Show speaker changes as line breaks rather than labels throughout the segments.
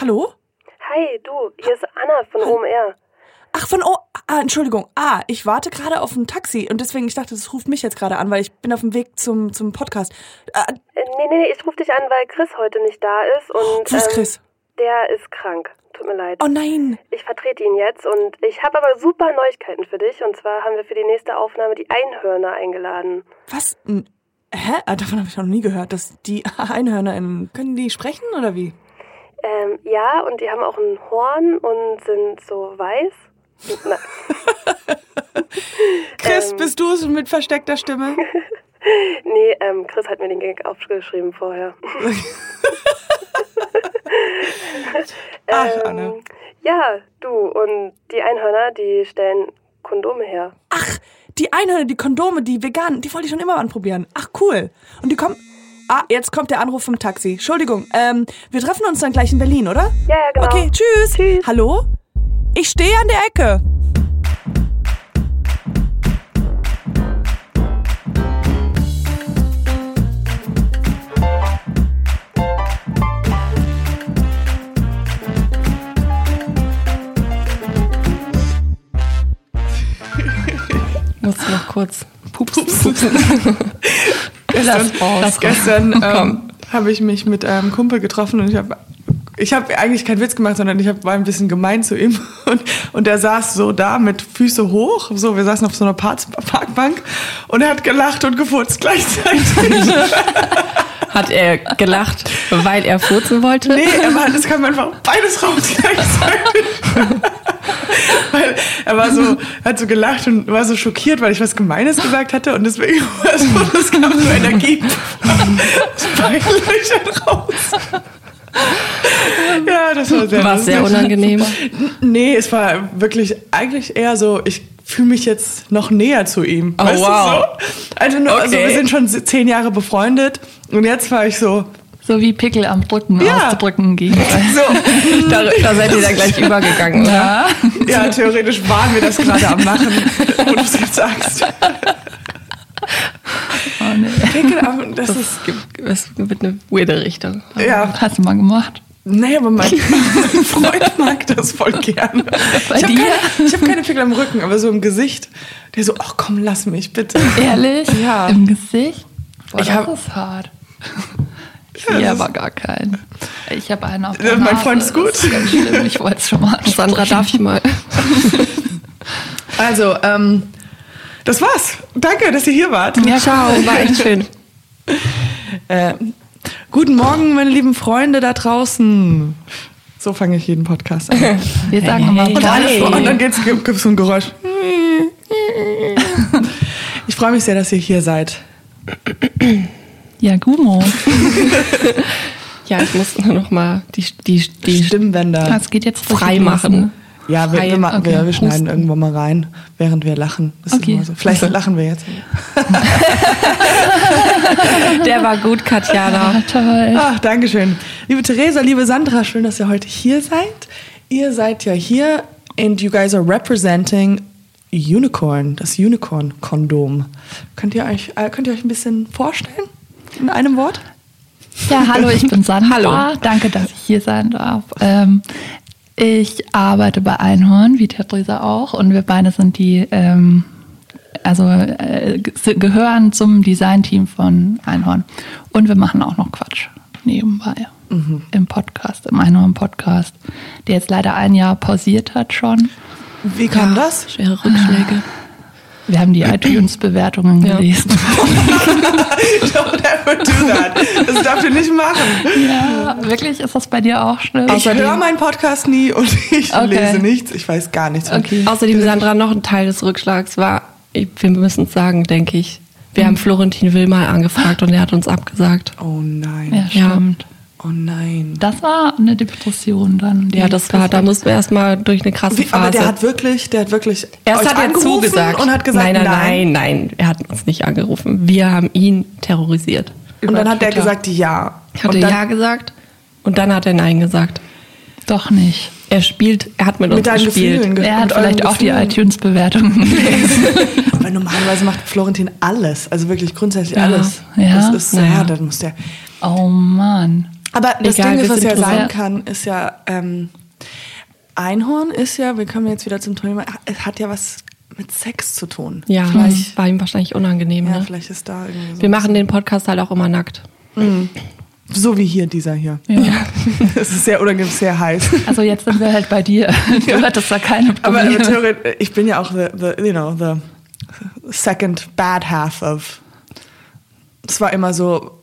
Hallo?
Hi, du, hier ist Anna von OMR.
Ach, von O. Ah, Entschuldigung. Ah, ich warte gerade auf ein Taxi und deswegen, ich dachte, das ruft mich jetzt gerade an, weil ich bin auf dem Weg zum, zum Podcast. Ah,
Äh, nee, nee, nee, ich rufe dich an, weil Chris heute nicht da ist und
grüß
ähm,
Oh, Chris.
der ist krank. Tut mir leid.
Oh nein.
Ich vertrete ihn jetzt und ich habe aber super Neuigkeiten für dich. Und zwar haben wir für die nächste Aufnahme die Einhörner eingeladen.
Was? N- Hä? Ah, Davon habe ich noch nie gehört, dass die EinhörnerInnen, können die sprechen oder wie?
Ähm, ja, und die haben auch ein Horn und sind so weiß. Na,
Chris,
Ähm.
bist du es mit versteckter Stimme?
nee, ähm, Chris hat mir den Gag aufgeschrieben vorher.
Ach,
Ähm,
Anne.
Ja, du und die Einhörner, die stellen Kondome her.
Ach, die Einhörner, die Kondome, die veganen, die wollte ich schon immer anprobieren. Ach, cool. Und die kommen... Ah, jetzt kommt der Anruf vom Taxi. Entschuldigung, ähm, wir treffen uns dann gleich in Berlin, oder?
Ja, ja, genau.
Okay, tschüss.
Tschüss.
Hallo? Ich stehe an der Ecke.
Muss noch kurz pupsen. Lass raus.
Erst gestern ähm,
Komm.
habe ich mich mit einem Kumpel getroffen und ich habe ich habe eigentlich keinen Witz gemacht, sondern ich hab, war ein bisschen gemein zu ihm und, und er saß so da mit Füße hoch, so wir saßen auf so einer Parz- Parkbank und er hat gelacht und gefurzt gleichzeitig.
Hat er gelacht, weil er furzen wollte?
Nee, er war, das kam einfach beides raus gleichzeitig. weil er war so, hat so gelacht und war so schockiert, weil ich was Gemeines gesagt hatte und deswegen war es so, das kam so Energie peinlich raus. Ja, das war sehr
War es sehr
lustig.
unangenehm.
Nee, es war wirklich eigentlich eher so, ich fühle mich jetzt noch näher zu ihm.
Oh,
weißt
wow.
du so? Also, nur, also
Okay.
wir sind schon zehn Jahre befreundet und jetzt war ich so,
So wie Pickel am Rücken
Ja.
ausdrücken gegen.
so,
Da, da seid ihr dann gleich übergegangen, oder?
Ja.
Ja, theoretisch waren wir das gerade am Machen, wo du es jetzt sagst.
Oh, nee.
Pickel am, das ist,
Das wird eine weirde Richtung.
ja,
Hast du mal gemacht?
nee, aber mein, mein Freund mag das voll gerne.
Bei
ich habe
dir?
keine, ich hab keine Pickel am Rücken, aber so im Gesicht. Der so, ach komm, lass mich bitte.
Ehrlich?
Ja.
Im Gesicht? Boah,
Ich
das
hab-
ist hart. Ich
Ja,
will
das
aber
ist-
gar keinen. Ich habe einen auf
Ja,
der
mein
Nase.
Freund ist
Das
gut.
ganz schlimm. Ich wollte es schon mal
Sandra, darf ich mal?
Also, ähm, das war's. Danke, dass ihr hier wart.
Ciao, war echt schön.
Äh, guten Morgen, meine lieben Freunde da draußen. So fange ich jeden Podcast an.
Wir sagen immer
Und, alle,
Hey.
und dann geht's, gibt es so ein Geräusch. Ich freue mich sehr, dass ihr hier seid.
Ja, Gumo.
Ja, ich muss nur noch mal die, die, die
Stimmbänder.
Das geht jetzt richtig
frei
los,
machen.
ne?
Ja, wir,
Frei-
wir, ma-
okay.
wir, wir schneiden irgendwann mal rein, während wir lachen. Das ist
Okay.
immer so. Vielleicht lachen wir jetzt.
Der war gut, Katjana.
Ah, toll.
Ach, Dankeschön. Liebe Theresa, liebe Sandra, schön, dass ihr heute hier seid. Ihr seid ja hier and you guys are representing Unicorn, das Unicorn-Kondom. Könnt, ihr euch- äh, könnt ihr euch ein bisschen vorstellen? In einem Wort?
Ja, hallo, ich bin Sandra.
Hallo.
Danke, dass ich hier sein darf. Ähm, ich arbeite bei Einhorn, wie Theresa auch, und wir beide sind die, ähm, also äh, ge- gehören zum Designteam von Einhorn. Und wir machen auch noch Quatsch nebenbei im Podcast, im Einhorn-Podcast, der jetzt leider ein Jahr pausiert hat schon.
Wie kam das?
Schwere Rückschläge.
Wir haben die iTunes-Bewertungen
Ja.
gelesen.
Don't ever do that. Das darf ihr nicht machen.
Ja, wirklich ist das bei dir auch schlimm.
Ich höre meinen Podcast nie und ich
Okay.
lese nichts. Ich weiß gar nichts. von-
Okay.
Außerdem, Sandra, noch ein Teil des Rückschlags war, ich- wir müssen es sagen, denke ich. Wir haben Florentin Willmal angefragt und er hat uns abgesagt.
Oh nein.
Ja, stimmt.
Oh nein.
Das war eine Depression dann. die
Ja, das war, da
passiert.
mussten wir erstmal durch eine krasse
Wie,
Phase.
aber der hat wirklich, der hat wirklich.
Erst
euch
hat er
angerufen
zugesagt
und hat gesagt,
nein, nein, nein, nein, er hat uns nicht angerufen. Wir haben ihn terrorisiert.
Und dann
Über
hat er
Twitter.
gesagt, ja.
Ich
und
hatte
dann
ja gesagt und dann hat er nein gesagt.
Doch nicht.
Er spielt, er hat mit,
mit
uns
deinen
gespielt.
Gefühlen ge-
Er
mit
hat
euren
vielleicht auch die
Gefühlen.
iTunes-Bewertungen gelesen.
Aber normalerweise macht Florentin alles, also wirklich grundsätzlich
Ja,
alles.
ja.
Das ist so,
Naja.
ja, dann muss der.
oh Mann.
Aber das
Egal,
Ding ist,
wir
was
sind
ja
drüber.
sein kann, ist ja, ähm, Einhorn ist ja, wir kommen jetzt wieder zum Thema, es hat ja was mit Sex zu tun.
Ja,
vielleicht,
war ihm wahrscheinlich unangenehm.
Hm. ja,
ne?
vielleicht ist da irgendwie so.
Wir machen den Podcast halt auch immer nackt.
So wie hier, dieser hier.
Ja.
Es ist sehr unangenehm, sehr heiß.
Also jetzt sind wir halt bei dir. Du hattest da keine
Aber
Probleme.
theoretisch, ich bin ja auch the, the, you know, the second bad half of. Es war immer so,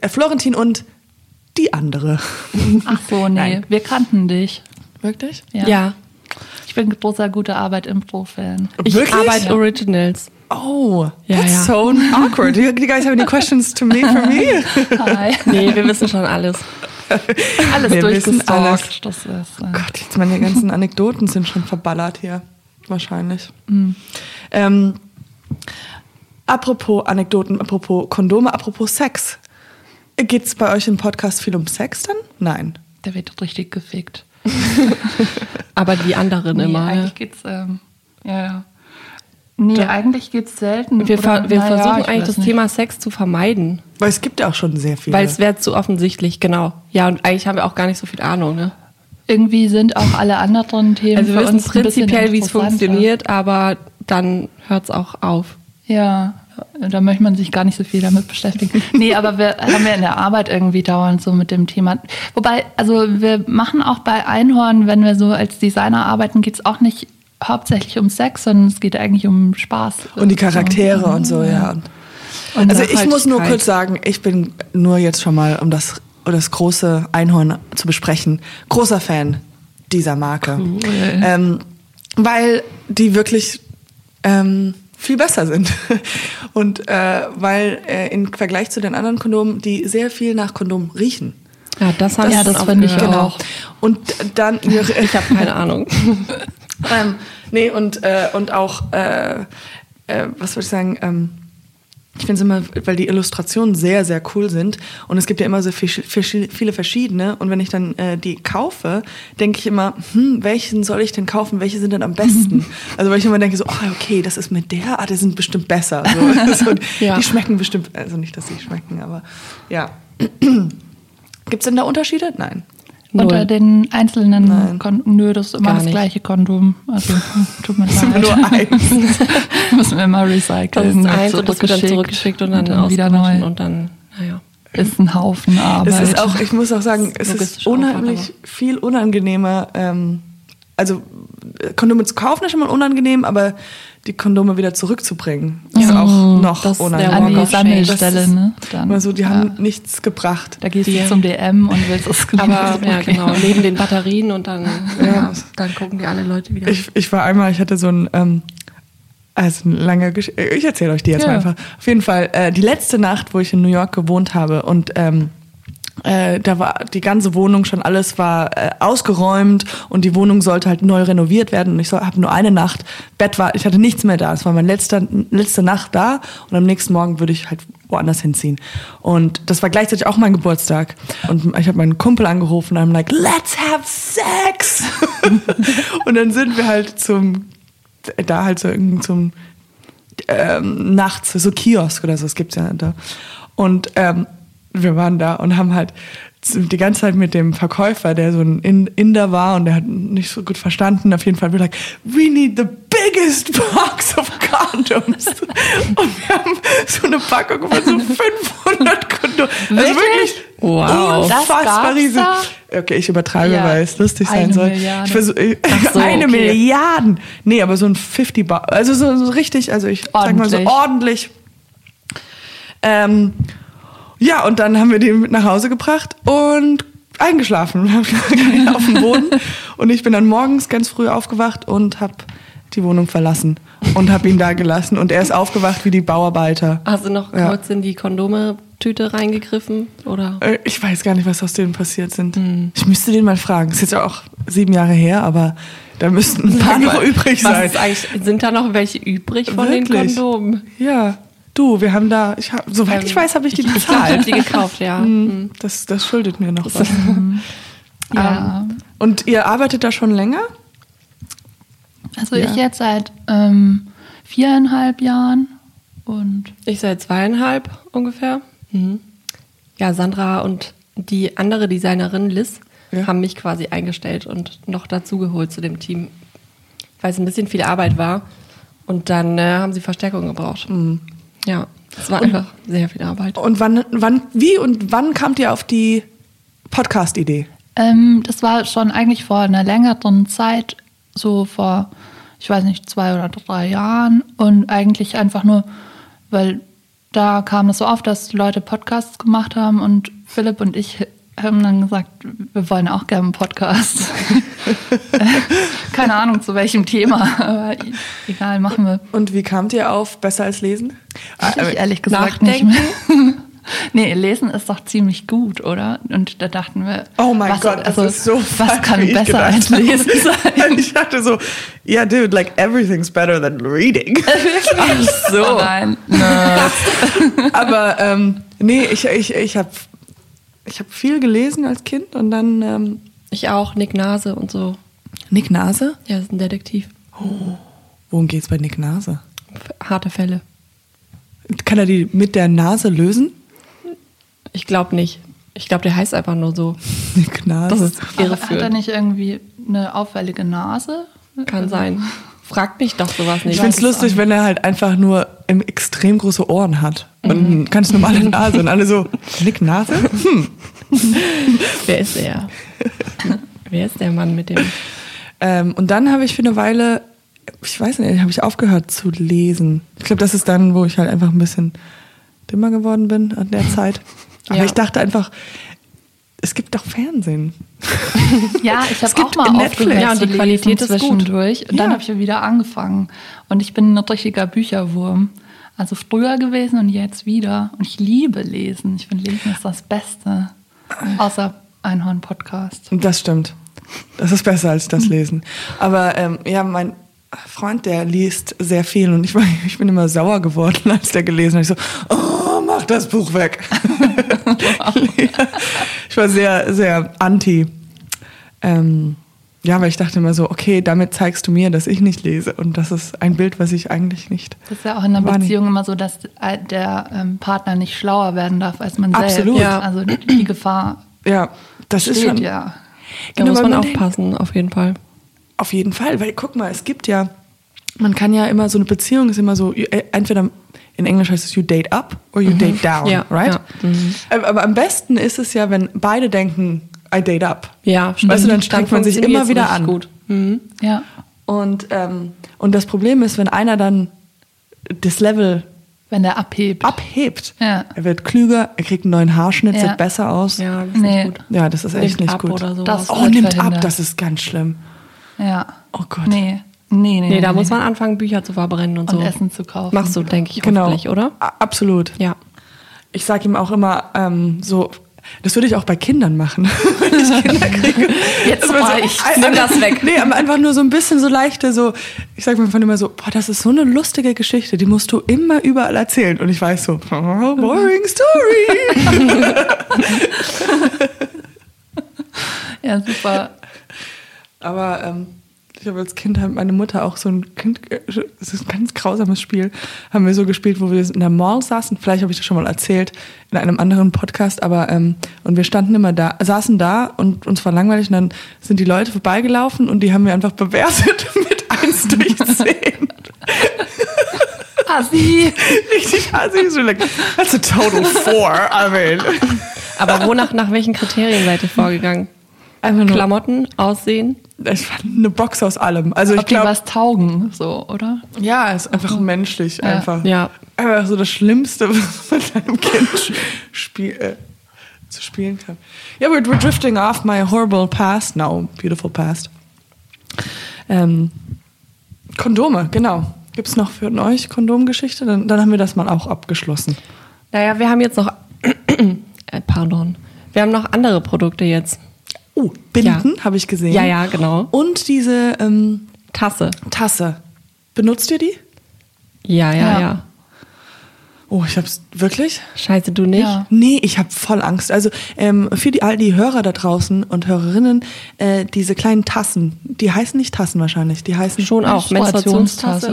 äh, Florentin und die andere.
Ach so, nee,
Nein.
wir kannten dich.
Wirklich?
Ja. Ich bin großer gute Arbeit Impro-Fan.
Ich
Wirklich?
arbeite Originals.
Oh,
Ja,
that's
ja.
so awkward. You, you guys have any questions to me for me? Oh
Hi.
Nee, wir wissen schon alles.
Alles
wir wissen
durchgestalkt.
alles.
Das ist, äh,
Gott, jetzt meine ganzen Anekdoten sind schon verballert hier. Wahrscheinlich.
Mm.
Ähm, apropos Anekdoten, apropos Kondome, apropos Sex. Geht es bei euch im Podcast viel um Sex dann? Nein.
der wird richtig gefickt.
Aber die anderen
Nee,
immer. ne? ja.
eigentlich geht's, ähm, ja, ja. Nee, eigentlich geht's selten.
Wir, ver
oder-
wir
na ja,
versuchen
ich
eigentlich
weiß
das
nicht.
Thema Sex zu vermeiden,
Weil es gibt ja auch schon sehr viele.
weil es wäre zu offensichtlich, genau. Ja, und eigentlich haben wir auch gar nicht so viel Ahnung. Ne?
Irgendwie sind auch alle anderen Themen
Also wir
für
wissen
uns ein bisschen
prinzipiell, wie es
interessanter.
funktioniert, aber dann hört es auch auf.
Ja, da möchte man sich gar nicht so viel damit beschäftigen. Nee, aber wir haben ja in der Arbeit irgendwie dauernd so mit dem Thema. Wobei, also wir machen auch bei Einhorn, wenn wir so als Designer arbeiten, geht's auch nicht hauptsächlich um Sex, sondern es geht eigentlich um Spaß.
und die Charaktere und so, ja.
Und
Also ich muss nur
Nachhaltigkeit.
kurz sagen, ich bin nur jetzt schon mal, um das, um das große Einhorn zu besprechen, großer Fan dieser Marke. Ähm, weil die wirklich ähm, viel besser sind. Und äh, weil äh, im Vergleich zu den anderen Kondomen, die sehr viel nach Kondom riechen.
Ja, das habe
Das-
ich
Ja,
schon
das finde ich
aufgehört.
auch.
Genau. Und dann ihre,
Ich habe keine Ahnung.
ähm, nee, und, äh, und auch, äh, äh, was würde ich sagen, ähm, ich finde es immer, weil die Illustrationen sehr, sehr cool sind und es gibt ja immer so viel, viel, viele verschiedene und wenn ich dann äh, die kaufe, denke ich immer, hm, welchen soll ich denn kaufen, welche sind denn am besten? also weil ich immer denke so, ah okay, das ist mit der, ah, die sind bestimmt besser. So, so,
Ja.
Die schmecken bestimmt, also nicht, dass die schmecken, aber ja. Gibt es denn da Unterschiede? Nein.
Unter
Null.
den
Nein.
einzelnen Kon Nö, das ist immer
Gar
das
nicht.
gleiche Kondom. Also tut mir
Sind
leid.
nur eins.
Müssen wir mal recyceln.
Das ist
Wird
eins und das wird dann zurückgeschickt und dann,
wieder
ausgewaschen
neu.
und dann, naja.
Ist ein Haufen Arbeit.
Es ist auch, ich muss auch sagen, es
Das ist
ist
logistischer
unheimlich
Aufwand,
viel unangenehmer. Ähm, also äh, Kondome zu kaufen ist schon mal unangenehm, aber die Kondome wieder zurückzubringen ist
Ja.
auch noch
Das ist der
an
Walk
die
of
unangenehm.
Shame.
Sammelstelle,
Das ist
ne? Dann,
Immer so, die
ja.
haben nichts gebracht.
Da gehst
Die-
du zum DM und willst es
Aber
geliefert
ja,
bekommen.
genau, neben den Batterien und dann, ja. dann gucken die alle Leute wieder.
Ich, ich war einmal, ich hatte so ein, ähm, also eine lange Geschichte. Ich erzähle euch die jetzt
Ja.
mal einfach. Auf jeden Fall, äh, die letzte Nacht, wo ich in New York gewohnt habe und ähm, äh, da war die ganze Wohnung schon, alles war äh, ausgeräumt und die Wohnung sollte halt neu renoviert werden. Und ich so, habe nur eine Nacht, Bett war, ich hatte nichts mehr da. Es war meine letzte, letzte Nacht da und am nächsten Morgen würde ich halt woanders hinziehen. Und das war gleichzeitig auch mein Geburtstag. Und ich habe meinen Kumpel angerufen und I'm like, let's have sex! und dann sind wir halt zum, da halt so irgendwie zum ähm, nachts, so Kiosk oder so, das gibt's ja da. Und ähm, wir waren da und haben halt z- die ganze Zeit mit dem Verkäufer, der so ein In- Inder war und der hat nicht so gut verstanden, auf jeden Fall, wir like, we need the biggest box of condoms. und wir haben so eine Packung von so 500 Kondoms. Also wirklich
Wow.
Das
unfassbar
gab's
riesig.
da?
Okay, ich übertreibe,
Ja,
weil es lustig sein
eine
soll.
Milliarde.
Ich versuch, ich,
Ach so,
eine
okay.
Milliarden. Nee, aber so ein 50 Bar. Also so, so richtig, also ich sag mal so
Ordentlich.
ordentlich. Ähm, ja, und dann haben wir den mit nach Hause gebracht und eingeschlafen auf dem Boden. Und ich bin dann morgens ganz früh aufgewacht und habe die Wohnung verlassen und habe ihn da gelassen. Und er ist aufgewacht wie die Bauarbeiter.
Hast du noch
Ja.
kurz in die Kondometüte reingegriffen? Oder?
Äh, Ich weiß gar nicht, was aus denen passiert sind.
Hm.
Ich müsste den mal fragen. Ist jetzt auch sieben Jahre her, aber da müssten ein paar Äh, noch übrig
Was
sein.
ist eigentlich, sind da noch welche übrig von den
Wirklich?
Kondomen? Ähm,
Ja, du, wir haben da, ich hab, soweit ich weiß, habe ich die
Ich glaub, ich hab
bezahlt.
die gekauft, ja.
Hm, Das, das schuldet mir noch was. Hm.
Ja.
Und ihr arbeitet da schon länger?
Also ich jetzt seit ähm, viereinhalb Jahren und
Ich seit zweieinhalb ungefähr. Ja, Sandra und die andere Designerin Liz
Ja.
haben mich quasi eingestellt und noch dazugeholt zu dem Team, weil es ein bisschen viel Arbeit war. Und dann äh, haben sie Verstärkung gebraucht. Ja, es war einfach sehr viel Arbeit.
Und wann, wann, wie und wann kamt ihr auf die Podcast-Idee?
Ähm, das war schon eigentlich vor einer längeren Zeit, so vor, ich weiß nicht, zwei oder drei Jahren. Und eigentlich einfach nur, weil da kam es so auf, dass Leute Podcasts gemacht haben und Philipp und ich haben dann gesagt, wir wollen auch gerne einen Podcast. Keine Ahnung zu welchem Thema, aber egal, machen wir.
Und wie kamt ihr auf Besser als Lesen?
Ich ehrlich gesagt nicht
nachdenken?
mehr. Äh, Nee, lesen ist doch ziemlich gut, oder? Und da dachten wir,
Oh mein
was,
Gott, das
also,
ist so
was
falsch,
kann
wie ich
besser
gedacht
als
habe.
lesen sein?
Ich dachte so, yeah, dude, like everything's better than reading.
Ach so. Nein.
Aber ähm, nee, ich, ich, ich habe ich hab viel gelesen als Kind und dann ähm,
Ich auch, Nick Nase und so.
Nick Nase.
Ja, ist ein Detektiv.
Worum geht's bei Nick Nase?
Harte Fälle.
Kann er die mit der Nase lösen?
Ich glaube nicht. Ich glaube, der heißt einfach nur so.
Nick Nase.
Das ist
Hat er
irreführend.
nicht irgendwie eine auffällige Nase?
Kann sein. Fragt mich doch sowas nicht.
ich find's lustig, wenn er halt einfach nur ähm, extrem große Ohren hat und ganz normale Nase und alle so Mhm. Nick Nase.
Wer ist der? Wer ist der Mann mit dem?
Ähm, und dann habe ich für eine Weile, ich weiß nicht, habe ich aufgehört zu lesen. Ich glaube, das ist dann, wo ich halt einfach ein bisschen dümmer geworden bin an der Zeit. Aber
Ja.
ich dachte einfach, es gibt doch Fernsehen.
Ja, ich habe auch
gibt
mal
Netflix.
aufgehört
Ja, und
zu
die Qualität
lesen
ist gut.
zwischendurch. Und dann
Ja.
habe ich wieder angefangen. Und ich bin ein richtiger Bücherwurm. Also früher gewesen und jetzt wieder. Und ich liebe Lesen. Ich finde, Lesen ist das Beste. Außer Einhorn-Podcast.
Und das stimmt. Das ist besser als das Lesen. Aber ähm, ja, mein Freund, der liest sehr viel und ich, war, ich bin immer sauer geworden, als der gelesen hat. Ich so, oh, mach das Buch weg. ich war sehr, sehr anti. Ähm, ja, weil ich dachte immer so, okay, damit zeigst du mir, dass ich nicht lese. Und das ist ein Bild, was ich eigentlich nicht.
Das ist ja auch in einer
War nicht.
Beziehung immer so, dass der ähm, Partner nicht schlauer werden darf als man
Absolut.
selbst.
Ja.
Also die Gefahr
Ja, das ist schon.
steht ja.
Da
Genau,
muss
weil
man
man denkt-
aufpassen, auf jeden Fall.
Auf jeden Fall, weil guck mal, es gibt ja, man kann ja immer so eine Beziehung ist immer so, you- äh, entweder in Englisch heißt es you date up or you date down,
Mhm. Ja,
right?
ja. Mhm.
Aber, aber am besten ist es ja, wenn beide denken, I date up.
Ja,
Weißt du, dann strengt man sich immer
funktioniert's
wieder
richtig
an.
Gut. Mhm.
Ja.
Und, ähm, und das Problem ist, wenn einer dann das Level
Wenn der abhebt.
abhebt,
Ja.
er wird klüger, er kriegt einen neuen Haarschnitt,
Ja.
sieht besser aus.
Ja, das ist
Nee.
nicht gut.
Ja, das ist echt
Nimmt
nicht
ab
gut.
Oder sowas.
Das-
oh,
Wird
nimmt ab,
verhindert.
das ist ganz schlimm.
Ja.
Oh Gott.
Nee. Nee, nee.
nee, da muss man anfangen, Bücher zu verbrennen und so.
Und Essen zu kaufen.
Machst du, denke ich,
Genau.
hoffentlich, oder?
A- Absolut.
Ja.
ich sage ihm auch immer ähm, so, das würde ich auch bei Kindern machen, wenn ich Kinder kriege.
Jetzt
Also,
Dass man
reicht's, nimm das weg.
Nee, aber einfach nur so ein bisschen so leichte, so, ich sage mir von immer so, boah, das ist so eine lustige Geschichte, die musst du immer überall erzählen. Und ich weiß so, oh, boring story.
Ja, super.
aber ähm, ich habe als Kind halt meine Mutter auch so ein Kind, es ist ein ganz grausames Spiel, haben wir so gespielt, wo wir in der Mall saßen. Vielleicht habe ich das schon mal erzählt in einem anderen Podcast, aber ähm, und wir standen immer da, saßen da und uns war langweilig und dann sind die Leute vorbeigelaufen und die haben wir einfach bewertet mit eins durch zehn.
Assi!
Richtig assi, so like, that's a total four, I mean.
Aber wonach, nach welchen Kriterien seid ihr vorgegangen?
Einfach nur,
Klamotten, Aussehen?
das war eine Box aus allem. Also ich
Ob die
glaube,
was taugen, so, oder?
Ja, ist einfach menschlich, einfach.
Mhm. Ja.
Einfach so das Schlimmste, was man mit einem Kind sch- spiel, äh, zu spielen kann. Ja, we're, we're drifting off my horrible past now, beautiful past. Ähm, Kondome, genau. Gibt es noch für euch Kondomgeschichte? Dann, dann haben wir das mal auch abgeschlossen.
Naja, wir haben jetzt noch. äh, pardon. Wir haben noch andere Produkte jetzt.
Oh, Binden habe ich gesehen.
Ja, ja, genau.
Und diese ähm,
Tasse.
Tasse. Benutzt ihr die?
Ja, ja,
Ja.
ja.
Oh, ich hab's wirklich?
Scheiße, du nicht?
Ja.
Nee, ich habe voll Angst. Also ähm, für die, all die Hörer da draußen und Hörerinnen, äh, diese kleinen Tassen, die heißen nicht Tassen wahrscheinlich, die heißen
Schon auch.
Menstruationstasse.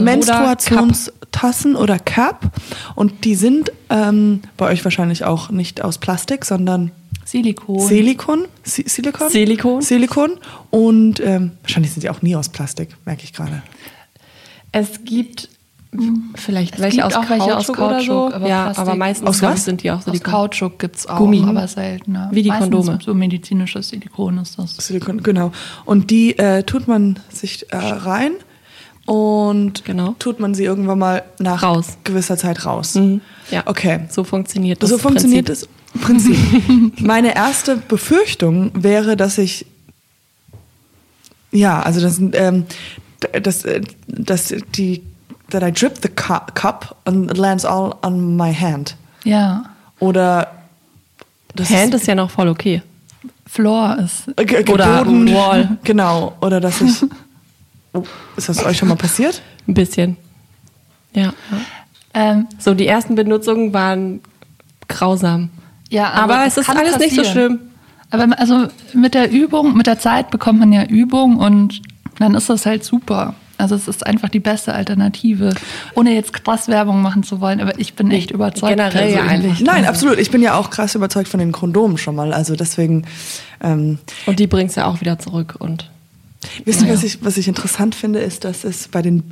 Menstruationstasse. oder
Menstruationstassen oder Cup. Und die sind ähm, bei euch wahrscheinlich auch nicht aus Plastik, sondern
Silikon.
Silikon? Si Silikon?
Silikon.
Silikon. Und ähm, wahrscheinlich sind die auch nie aus Plastik, merke ich gerade.
Es gibt vielleicht
Es
welche,
gibt
aus
auch welche aus
oder so.
Kautschuk, aber
ja,
Plastik-
aber meistens
Aus
glaub ich,
was?
sind die auch so
Aus
die
Kautschuk gibt es auch,
Gummi.
aber seltener.
Wie die
Meistens
Kondome.
So medizinisches Silikon ist das.
Silikon, genau. Und die äh, tut man sich äh, rein und
Genau.
tut man sie irgendwann mal nach
Raus.
gewisser Zeit raus.
Ja.
Okay.
Mhm. So funktioniert das.
so funktioniert
Prinzip.
das Prinzip. Meine erste Befürchtung wäre, dass ich ja, also das, ähm, d- das, äh, das, die, that I drip the cu- cup and it lands all on my hand.
Ja.
Oder das
Hand ist ja noch voll okay.
Floor ist.
Äh, Ge- ge-
Oder
Boden,
Wall.
Genau, oder dass ich. Oh, ist das euch schon mal passiert?
Ein bisschen. Ja. ja.
Ähm,
So, die ersten Benutzungen waren grausam.
ja,
Aber es
das
ist
kann
alles nicht so schlimm.
passieren. Aber also mit der Übung, mit der Zeit bekommt man ja Übung und dann ist das halt super. Also es ist einfach die beste Alternative, ohne jetzt krass Werbung machen zu wollen. Aber ich bin echt überzeugt.
Generell ja
persönlich.
eigentlich.
Nein, absolut. Ich bin ja auch krass überzeugt von den Kondomen schon mal. Also deswegen. Ähm,
Und die bringst du ja auch wieder zurück. Und
Wisst ihr, was ich, was ich interessant finde, ist, dass es bei den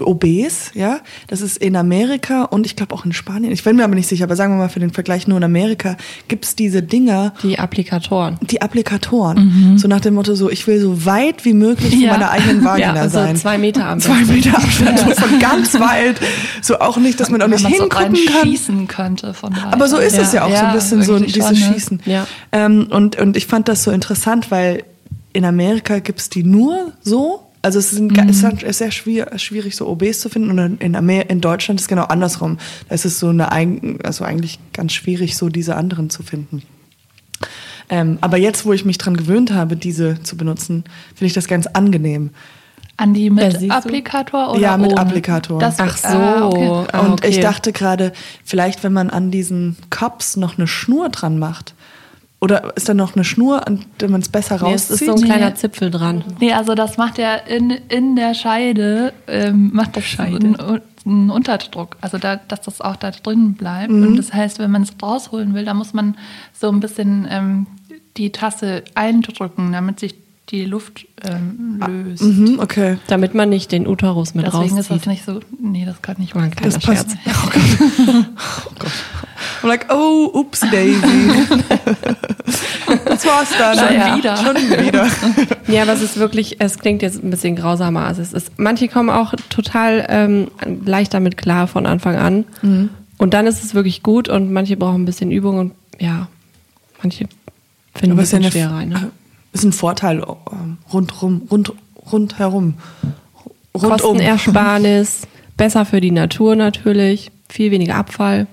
OBs, ja, das ist in Amerika und ich glaube auch in Spanien, ich bin mir aber nicht sicher, aber sagen wir mal für den Vergleich nur in Amerika, gibt es diese Dinger,
die Applikatoren.
die Applikatoren. So nach dem Motto, so ich will so weit wie möglich von
Ja.
meiner eigenen Vagina
ja, also
sein.
zwei Meter am
Zwei Meter Abstand, so von ganz weit. So auch nicht, dass man auch
Wenn
nicht
man so
hingucken kann.
reinschießen könnte von daher.
Aber so ist es ja auch so ein bisschen so
wirklich
dieses
schon, ne?
Schießen.
Ja.
Ähm, und, und ich fand das so interessant, weil in Amerika gibt es die nur so. Also es sind ga-
Mhm.
es ist sehr schwier- schwierig, so OBs zu finden. Und in- in, Amer in Deutschland ist es genau andersrum. Da ist es so eine, eigen- also eigentlich ganz schwierig, so diese anderen zu finden. Ähm, aber jetzt, wo ich mich dran gewöhnt habe, diese zu benutzen, finde ich das ganz angenehm.
An die
Ja,
mit
siehst du.
Applikator oder
Ja, mit
ohne?
Applikator.
Ach so.
ah, okay.
Ah,
und
okay.
ich dachte gerade, vielleicht wenn man an diesen Cups noch eine Schnur dran macht. Oder ist da noch eine Schnur, an der man es besser
Nee, es
rauszieht?
ist so ein
Nee.
kleiner Zipfel dran.
Nee, also das macht ja in, in der Scheide, ähm, macht das einen, einen Unterdruck. Also da, dass das auch da drin bleibt. Und das heißt, wenn man es rausholen will, da muss man so ein bisschen ähm, die Tasse eindrücken, damit sich die Luft ähm, löst.
mhm, okay.
Damit man nicht den Uterus mit
Deswegen ist das
rauszieht.
nicht so. Nee, das kann nicht
War ein
machen.
kleiner
Das passt.
Scherz.
Oh Gott. Oh Gott. I'm like, oh, oops, Daisy. das war's dann.
Schon
Ja.
wieder.
Schon wieder.
Ja, aber es ist wirklich, es klingt jetzt ein bisschen grausamer. Also es ist, manche kommen auch total ähm, leicht damit klar von Anfang an. Und dann ist es wirklich gut und manche brauchen ein bisschen Übung und ja, manche finden es
eine-
schwer rein. Ne?
ist ein Vorteil ähm, rundrum, rund, rundherum. Rundum.
Kostenersparnis, besser für die Natur natürlich, viel weniger Abfall.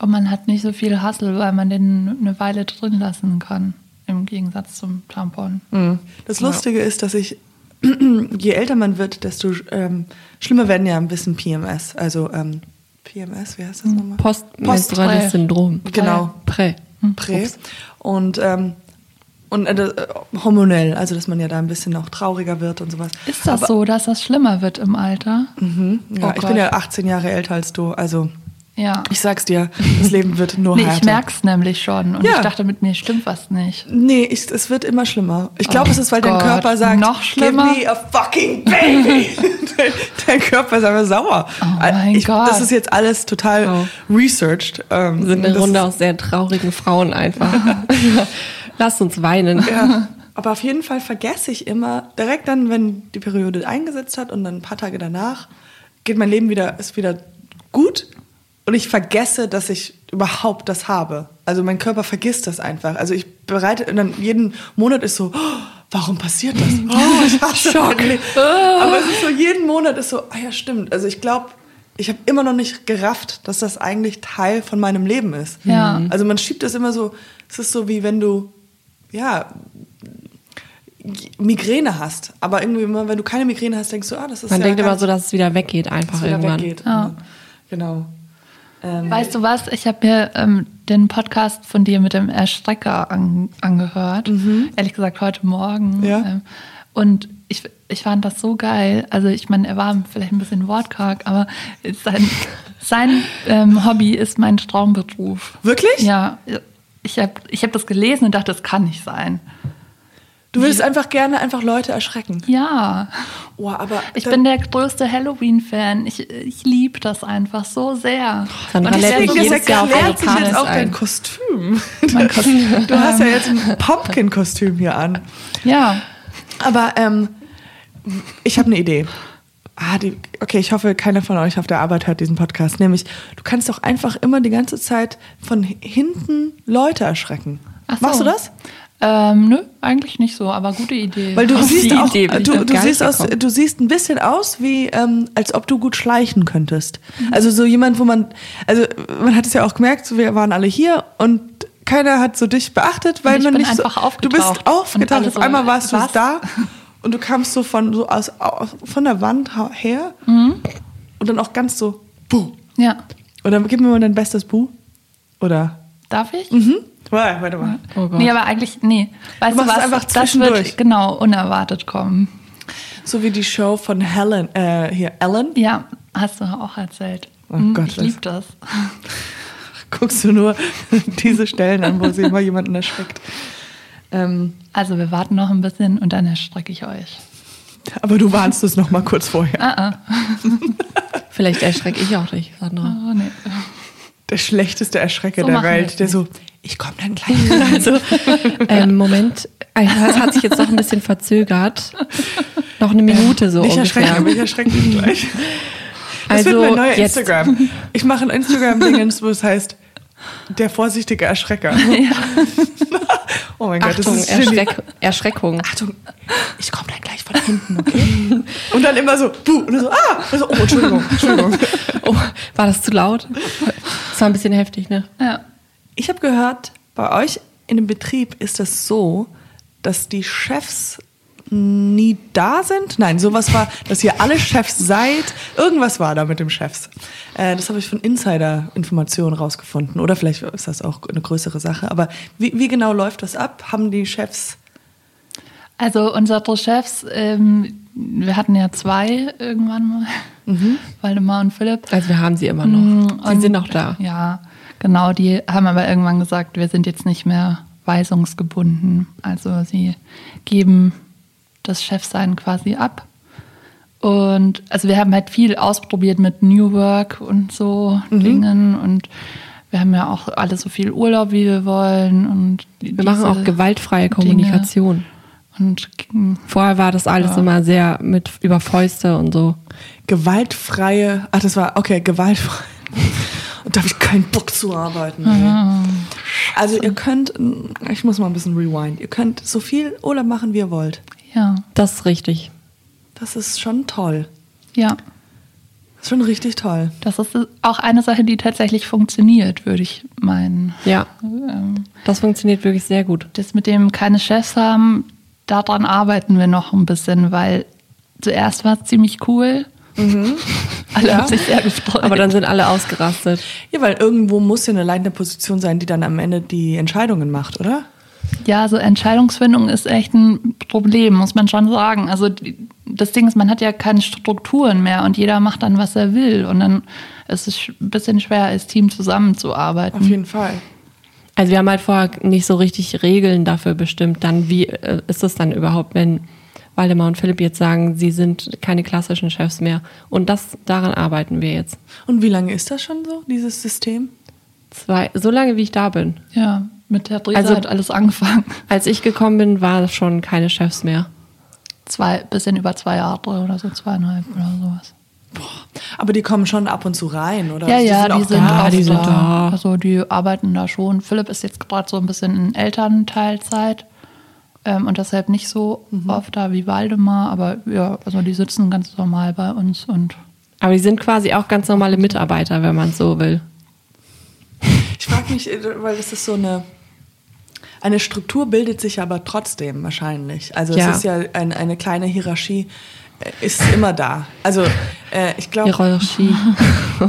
Und man hat nicht so viel Hassel, weil man den eine Weile drin lassen kann. Im Gegensatz zum Tampon.
Das Lustige ist, dass ich, je älter man wird, desto ähm, schlimmer werden ja ein bisschen PMS. Also ähm, PMS, wie heißt
Mhm.
das nochmal?
Postmenstruelles
Post-
Syndrom.
Genau.
Prä.
Mhm.
Prä. Und, ähm, und äh, äh, hormonell, also dass man ja da ein bisschen auch trauriger wird und sowas.
Ist das so, dass das schlimmer wird im Alter?
Ja,
Oh
ich
Gott.
bin ja 18 Jahre älter als du, also
Ja.
ich sag's dir, das Leben wird nur
Nee,
Oh, härter.
ich merk's nämlich schon. Und
Ja.
ich dachte, mit mir stimmt was nicht.
Nee, ich, es wird immer schlimmer. Ich glaube,
Oh
es ist, weil dein
Gott,
Körper sagt,
noch schlimmer?
give me a fucking baby. dein, dein Körper ist einfach sauer.
Oh mein
ich, Das
Gott. Oh.
ist jetzt alles total researched. Ähm,
Sind eine
das-
Runde aus sehr traurigen Frauen einfach. Lasst uns weinen.
Ja. Aber auf jeden Fall vergesse ich immer, direkt dann, wenn die Periode eingesetzt hat und dann ein paar Tage danach, geht mein Leben wieder, ist wieder gut und ich vergesse, dass ich überhaupt das habe. Also mein Körper vergisst das einfach. Also ich bereite, und dann jeden Monat ist so, oh, warum passiert das? Oh, ich hasse Schock. Aber es ist so, jeden Monat ist so, ah ja, stimmt. Also ich glaube, ich habe immer noch nicht gerafft, dass das eigentlich Teil von meinem Leben ist.
Ja.
Also man schiebt das immer so, es ist so wie wenn du, ja, Migräne hast. Aber irgendwie immer, wenn du keine Migräne hast, denkst du, ah, das ist
Man
ja
denkt
gar
immer
nicht,
so, dass es wieder weggeht einfach
dass es wieder
irgendwann.
weggeht.
Ja.
Genau. Ähm,
Weißt du was? Ich habe mir ähm, den Podcast von dir mit dem Erstrecker an, angehört. Ehrlich gesagt, heute Morgen.
Mhm. Ja.
Ähm, und ich, ich fand das so geil. Also, ich meine, er war vielleicht ein bisschen wortkarg, aber sein, sein ähm, Hobby ist mein Traumberuf.
Wirklich?
Ja. ich habe ich hab das gelesen und dachte, das kann nicht sein.
Du willst einfach gerne einfach Leute erschrecken.
Ja.
Oh, aber
Ich
dann-
bin der größte Halloween-Fan. Ich, ich liebe das einfach so sehr.
Sandra
und ich
lädt
werde
sich
so
jedes
sehr
Jahr auf
gerne-
erklärt sich
Karte
jetzt
ist
auch dein
ein.
Kostüm.
Mein Kostüm.
Du hast ja jetzt ein Pumpkin-Kostüm hier an.
Ja.
Aber ähm, ich habe eine Idee. Ah, die, okay, ich hoffe, keiner von euch auf der Arbeit hört diesen Podcast. Nämlich, du kannst doch einfach immer die ganze Zeit von hinten Leute erschrecken.
Ach so.
Machst du das?
Ähm, nö, eigentlich nicht so, aber gute Idee.
Weil du
Auf
siehst
die
auch,
Idee bin ich
du,
noch
du
gar
siehst
nicht
aus,
gekommen.
du siehst ein bisschen aus wie, ähm, als ob du gut schleichen könntest. Also so jemand, wo man, also man hat es ja auch gemerkt, so wir waren alle hier und keiner hat so dich beachtet, weil
Und ich
man
bin
nicht so,
einfach
du
aufgetaucht
bist
und alle
aufgetaucht. Auf
so,
einmal warst du
was?
da und du kamst so von so aus, aus von der Wand hau- her und dann auch ganz so buh.
ja.
Und dann gib mir mal dein bestes buh oder
Darf ich?
mhm. warte, warte mal.
Oh Gott.
nee, aber eigentlich, nee. Weißt du,
machst es
was?
einfach
das
zwischendurch.
wird genau unerwartet kommen.
So wie die Show von Helen äh, hier Ellen.
Ja, hast du auch erzählt.
Oh
Hm,
Gott,
ich
das-
liebe das.
guckst du nur diese Stellen an, wo sie immer jemanden erschreckt. Ähm,
Also wir warten noch ein bisschen und dann erstrecke ich euch.
aber du warnst es noch mal kurz vorher.
Ah. Vielleicht erschrecke ich auch dich, Sandra.
Oh, nee.
Der schlechteste Erschrecker
So
der
machen
Welt,
wir's
der
nicht.
so, ich komme dann gleich.
Also, ähm, Moment, also, das hat sich jetzt noch ein bisschen verzögert. Noch eine Minute so
Ähm, nicht
ungefähr.
erschrecken, mich erschreckt dich gleich. Das
Also
wird mein neuer
jetzt-
Instagram. Ich mache ein Instagram-Dingens, wo es heißt, der vorsichtige Erschrecker. oh mein Gott,
Achtung,
das ist Genie.
Erschreck Erschreckung.
Achtung, ich komme dann gleich von hinten, okay? Und dann immer so, buh, und so, ah, und so, oh, Entschuldigung, Entschuldigung.
Oh, war das zu laut? Das war ein bisschen heftig, ne?
Ja.
Ich habe gehört, bei euch in dem Betrieb ist das so, dass die Chefs nie da sind. Nein, sowas war, dass ihr alle Chefs seid. Irgendwas war da mit dem Chefs. Äh, das habe ich von Insider-Informationen rausgefunden. Oder vielleicht ist das auch eine größere Sache. Aber wie, wie genau läuft das ab? Haben die Chefs
Also unsere Chefs, ähm, wir hatten ja zwei irgendwann mal, Waldemar und Philipp. Mm,
Also wir haben sie immer Mhm.
Mm,
noch. Sie
Und, äh,
sind noch da.
Ja, genau. Die haben aber irgendwann gesagt, wir sind jetzt nicht mehr weisungsgebunden. Also sie geben das Chefsein quasi ab. Und also wir haben halt viel ausprobiert mit New Work und so
Mhm.
Dingen. Und wir haben ja auch alle so viel Urlaub, wie wir wollen. Und
Wir machen auch gewaltfreie Kommunikation.
Und
Vorher war das alles immer sehr mit über Fäuste und so.
gewaltfreie, ach, das war, okay, gewaltfrei. Und da habe ich keinen Bock zu arbeiten. ey.
Mhm.
Also ihr könnt, ich muss mal ein bisschen rewind, ihr könnt so viel Urlaub machen, wie ihr wollt.
ja,
Das ist richtig.
Das ist schon toll.
ja.
Das ist schon richtig toll.
Das ist auch eine Sache, die tatsächlich funktioniert, würde ich meinen.
Ja,
Ähm,
das funktioniert wirklich sehr gut.
Das mit dem keine Chefs haben, daran arbeiten wir noch ein bisschen, weil zuerst war es ziemlich cool. Alle haben sich sehr gefreut.
Mhm. Aber dann sind alle ausgerastet.
Ja, weil irgendwo muss ja eine leitende Position sein, die dann am Ende die Entscheidungen macht, oder?
ja, so Entscheidungsfindung ist echt ein Problem, muss man schon sagen. Also die- das Ding ist, man hat ja keine Strukturen mehr und jeder macht dann, was er will. Und dann ist es sch- ein bisschen schwer, als Team zusammenzuarbeiten.
Auf jeden Fall.
Also wir haben halt vorher nicht so richtig Regeln dafür bestimmt. Dann wie äh, ist es dann überhaupt, wenn Waldemar und Philipp jetzt sagen, sie sind keine klassischen Chefs mehr? Und das daran arbeiten wir jetzt.
Und wie lange ist das schon so, dieses System?
Zwei, so lange wie ich da bin.
Ja, mit der Dresa
Also-
hat alles angefangen.
Als ich gekommen bin, waren schon keine Chefs mehr.
Zwei, bisschen über zwei Jahre oder so, zweieinhalb oder sowas.
Aber die kommen schon ab und zu rein, oder?
Ja,
Also
ja, die
auch
sind,
da.
auch
die sind da.
Also die arbeiten da schon. Philipp ist jetzt gerade so ein bisschen in Elternteilzeit ähm, und deshalb nicht so oft da wie Waldemar, aber ja, also die sitzen ganz normal bei uns und
Aber die sind quasi auch ganz normale Mitarbeiter, wenn man es so will.
Ich frage mich, äh, weil das ist so eine. Eine Struktur bildet sich aber trotzdem wahrscheinlich. Also
Ja.
es ist ja ein, eine kleine Hierarchie, äh, ist immer da. Also äh, ich glaube,
Hierarchie.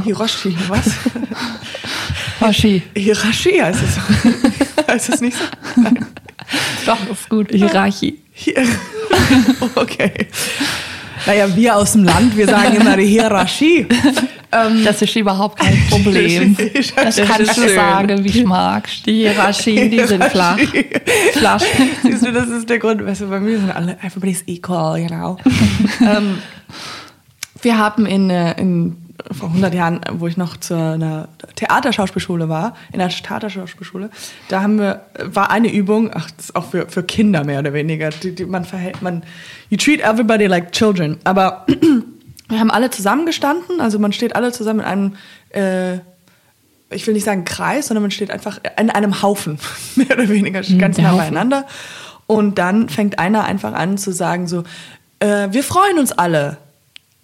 Hiroshi, was?
Hoshi.
Hierarchie heißt es. heißt es nicht so? Nein.
Doch, ist gut.
Hierarchie.
Hier. Okay. Naja, wir aus dem Land, wir sagen immer die Hierarchie.
das ist überhaupt kein Problem. Das kann ich
schön.
sagen, wie ich mag.
Die Hierarchien, die sind flach. flach.
Siehst du, das ist der Grund. Weißt du, bei mir sind alle, everybody's equal, you know. ähm, wir haben in, äh, in, vor 100 Jahren, wo ich noch zu einer Theaterschauspielschule war, in einer Theaterschauspielschule, da haben wir, war eine Übung, ach, das ist auch für, für Kinder mehr oder weniger, die, die, man verhält, man, you treat everybody like children, aber wir haben alle zusammengestanden, also man steht alle zusammen in einem, äh, ich will nicht sagen Kreis, sondern man steht einfach in einem Haufen, mehr oder weniger, ganz
der
nah
Haufen.
beieinander. Und dann fängt einer einfach an zu sagen so, äh, wir freuen uns alle.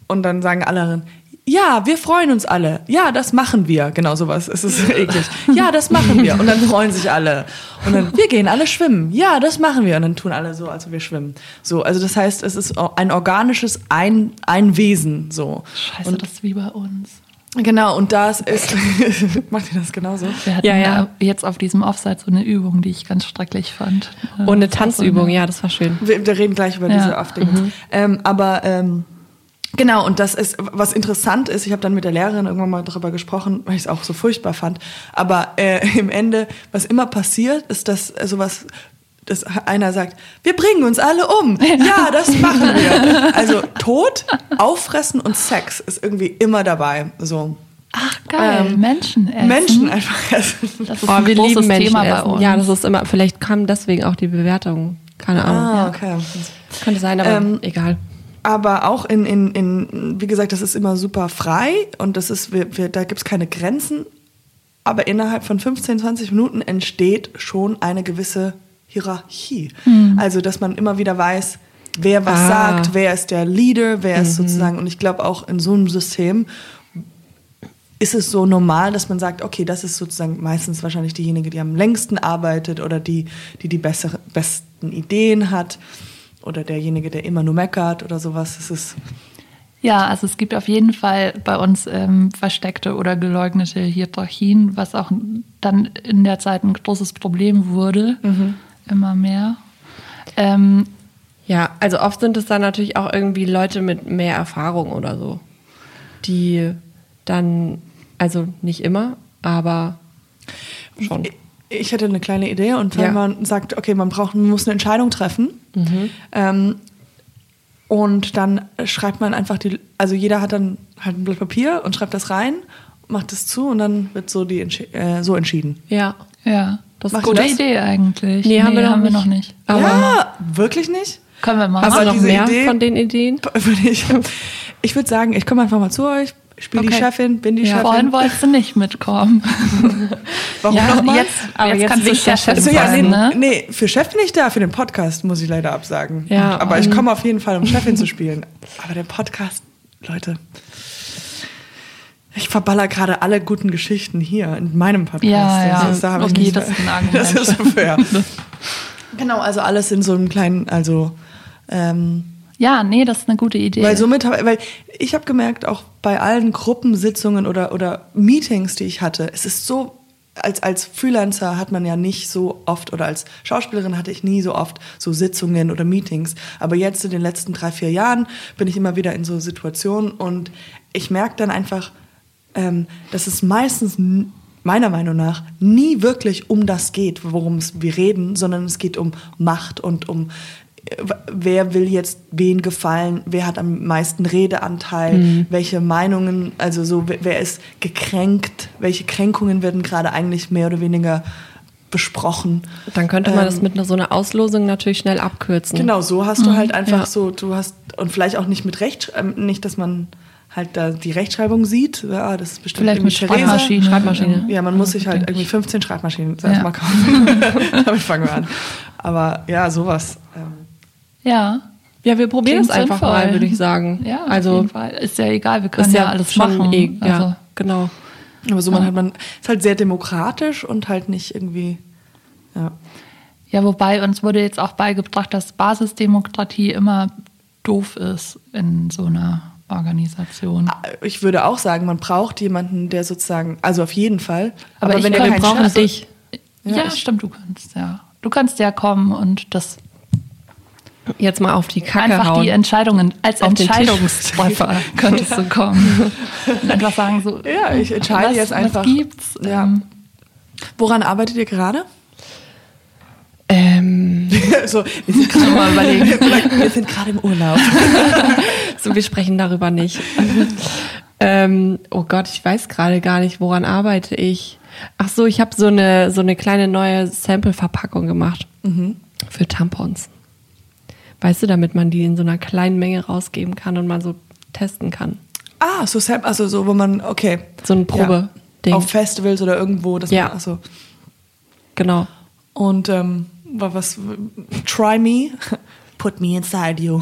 Und dann sagen alle anderen, ja, wir freuen uns alle. Ja, das machen wir. Genau sowas. Es ist eklig. Ja, das machen wir. Und dann freuen sich alle. Und dann, wir gehen alle schwimmen. Ja, das machen wir. Und dann tun alle so, als ob wir schwimmen. So, also das heißt, es ist o- ein organisches ein, ein Wesen. So.
Scheiße,
Und,
das ist wie bei uns.
genau, und das ist. macht ihr das genauso?
Wir hatten
Ja, ja.
da jetzt auf diesem Offside so eine Übung, die ich ganz schrecklich fand. Äh,
Und eine
das war so
Tanzübung, ja, das war schön.
Wir, wir reden gleich über
Ja. Mhm.
diese Afdings. Ähm, aber ähm, genau, und das ist, was interessant ist, ich habe dann mit der Lehrerin irgendwann mal darüber gesprochen, weil ich es auch so furchtbar fand. Aber äh, im Ende, was immer passiert, ist, dass äh, sowas dass einer sagt, wir bringen uns alle um. Ja, das machen wir. Also Tod, Auffressen und Sex ist irgendwie immer dabei. So
Ach geil,
Ähm,
Menschen essen.
Menschen einfach essen.
Oh,
Das ist ein großes Thema bei
essen.
uns.
Ja, das ist immer, vielleicht kam deswegen auch die Bewertung. Keine Ahnung.
Ah, okay.
Könnte sein, aber
Ähm,
egal.
aber auch in, in, in, wie gesagt, das ist immer super frei und das ist, wir, wir, da gibt's keine Grenzen. Aber innerhalb von 15, 20 Minuten entsteht schon eine gewisse Hierarchie. Also, dass man immer wieder weiß, wer was
Ah.
sagt, wer ist der Leader, wer ist sozusagen, und ich glaube auch in so einem System ist es so normal, dass man sagt, okay, das ist sozusagen meistens wahrscheinlich diejenige, die am längsten arbeitet oder die, die die bessere, besten Ideen hat oder derjenige, der immer nur meckert oder sowas. Es ist
Ja, also es gibt auf jeden Fall bei uns ähm, versteckte oder geleugnete Hierarchien, was auch dann in der Zeit ein großes Problem wurde,
Mhm.
immer mehr. Ähm,
Ja, also oft sind es dann natürlich auch irgendwie Leute mit mehr Erfahrung oder so, die dann, also nicht immer, aber schon.
Ich hätte eine kleine Idee und wenn
Ja. Mhm.
man sagt, okay, man braucht, man muss eine Entscheidung treffen ähm, und dann schreibt man einfach die, also jeder hat dann halt ein Blatt Papier und schreibt das rein, macht das zu und dann wird so die Entschi- äh, so entschieden.
Ja.
ja, das
Machst
ist
du
eine gute
das?
Idee eigentlich.
Nee, haben wir noch
haben wir
nicht.
noch nicht.
Aber
ja, wirklich nicht?
Können wir machen.
hast du
aber
noch
diese
mehr
Idee-
von den Ideen?
Würde ich ich würde sagen, ich komme einfach mal zu euch, ich bin die
Okay.
Chefin, bin die
Ja.
Chefin.
Vorhin wolltest du nicht mitkommen.
Warum
ja,
nochmal?
jetzt,
Aber
jetzt,
jetzt
kannst du
bist du
Chefin
Chefin.
So,
sein,
Also ja, nee,
ne?
nee, für Chef bin ich da, für den Podcast muss ich leider absagen.
Ja,
aber ich
ähm.
komme auf jeden Fall, um Chefin zu spielen. Aber der Podcast, Leute, ich verballer gerade alle guten Geschichten hier in meinem Podcast.
Ja, ja.
da hab ich
Okay,
nicht-
das ist ein Argument.
Das ist fair. genau, also alles in so einem kleinen, also ähm,
Ja, nee, das ist eine gute Idee.
weil somit, hab- weil ich habe gemerkt, auch bei allen Gruppensitzungen oder, oder Meetings, die ich hatte, es ist so, als, als Freelancer hat man ja nicht so oft oder als Schauspielerin hatte ich nie so oft so Sitzungen oder Meetings. Aber jetzt in den letzten drei, vier Jahren bin ich immer wieder in so Situationen und ich merke dann einfach, ähm, dass es meistens n- meiner Meinung nach nie wirklich um das geht, worum es wir reden, sondern es geht um Macht und um äh, w- wer will jetzt wen gefallen, wer hat am meisten Redeanteil,
Mhm.
welche Meinungen, also so wer, wer ist gekränkt, welche Kränkungen werden gerade eigentlich mehr oder weniger besprochen.
Dann könnte man
Ähm,
das mit einer- so einer Auslosung natürlich schnell abkürzen.
Genau, so hast du halt einfach
ja.
so, du hast, und vielleicht auch nicht mit Recht, ähm, nicht, dass man halt da die Rechtschreibung sieht, ja, das ist bestimmt
Vielleicht mit
irgendwie Theresa.
Schreibmaschine.
Schreibmaschine.
Ja, man muss sich halt
denke
irgendwie
ich.
15 Schreibmaschinen
Ja.
selbst mal kaufen. Damit fangen wir an. Aber ja, sowas. ähm,
Ja.
Ja, wir probieren es
Klingt
einfach
sinnvoll.
mal, würde ich sagen.
Ja, auf
also
jeden Fall. ist ja egal, wir können
ist
ja,
ja
alles
schon
machen.
eh- ja,
Also,
genau.
Aber so man hat man ist halt sehr demokratisch und halt nicht irgendwie. Ja.
ja, wobei uns wurde jetzt auch beigebracht, dass Basisdemokratie immer doof ist in so einer Organisation.
äh, Ich würde auch sagen, man braucht jemanden, der sozusagen, also auf jeden Fall.
Aber ich
wenn der
glaube,
keinen
wir brauchen
Chef-
dich.
Ja, stimmt, du kannst ja. Du kannst ja kommen und das
jetzt mal auf die Kacke
Einfach
hauen.
die Entscheidungen, als
Auf den Tisch.
Entscheidungstreffer könntest du kommen. Und einfach sagen so,
Ja, ich entscheide
was,
jetzt einfach.
Was gibt's?
Ja.
Ähm,
Woran arbeitet ihr gerade?
ähm,
so, wir sind gerade mal überlegen. wir sind gerade im Urlaub.
so, wir sprechen darüber nicht. ähm, oh Gott, ich weiß gerade gar nicht, woran arbeite ich. Ach so, ich habe so eine, so eine kleine neue Sample-Verpackung gemacht
Mhm.
für Tampons. Weißt du, damit man die in so einer kleinen Menge rausgeben kann und man so testen kann.
Ah, so Sam, also so, wo man, okay.
So ein Probe-Ding.
Auf Festivals oder irgendwo. Dass
Ja.
Man, also,
Genau.
und ähm, wa- was, try me, put me inside you.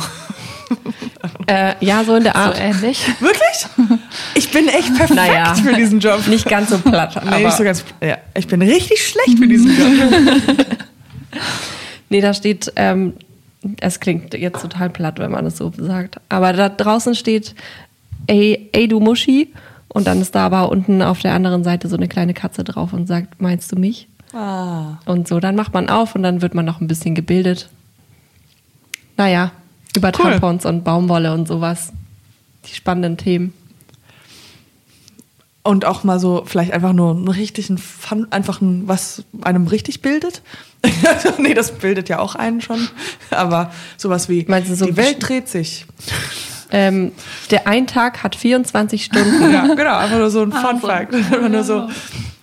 Äh, ja, so in der
so
Art.
ähnlich.
Wirklich? Ich bin echt perfekt
Naja.
für diesen Job.
nicht ganz so platt, aber
Nee, nicht so ganz, ja, ich bin richtig schlecht für diesen Job.
Nee, da steht, ähm, es klingt jetzt total platt, wenn man es so sagt. Aber da draußen steht, ey, ey du Muschi. Und dann ist da aber unten auf der anderen Seite so eine kleine Katze drauf und sagt, meinst du mich?
Ah.
Und so, dann macht man auf und dann wird man noch ein bisschen gebildet. Naja, über
Cool.
Tampons und Baumwolle und sowas. Die spannenden Themen.
Und auch mal so, vielleicht einfach nur einen richtigen Fun, einfach ein, was einem richtig bildet. Also, nee, das bildet ja auch einen schon. Aber sowas wie,
Meinst du so
die Welt dreht sich.
Ähm, der ein Tag hat 24 Stunden.
Ja, genau, einfach nur so ein
Ah,
Fun
so.
Fact. Einfach nur so,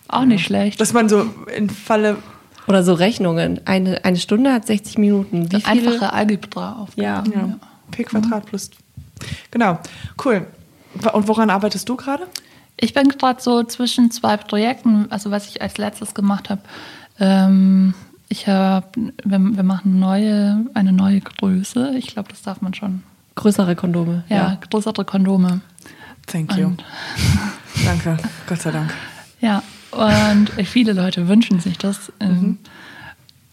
Auch nicht schlecht.
dass man so in Falle,
Oder so Rechnungen. Eine, eine Stunde hat 60 Minuten. Wie viele?
Einfache Algebra auf.
Ja.
ja, P Quadrat plus. Genau, cool. Und woran arbeitest du gerade?
Ich bin gerade so zwischen zwei Projekten, also was ich als letztes gemacht habe. Ähm, ich habe, wir, wir machen neue, eine neue Größe. Ich glaube, das darf man schon.
Größere Kondome.
Ja, größere Kondome.
Thank you.
Und-
Danke, Gott sei Dank.
Ja, und viele Leute wünschen sich das. Ähm,
Mhm.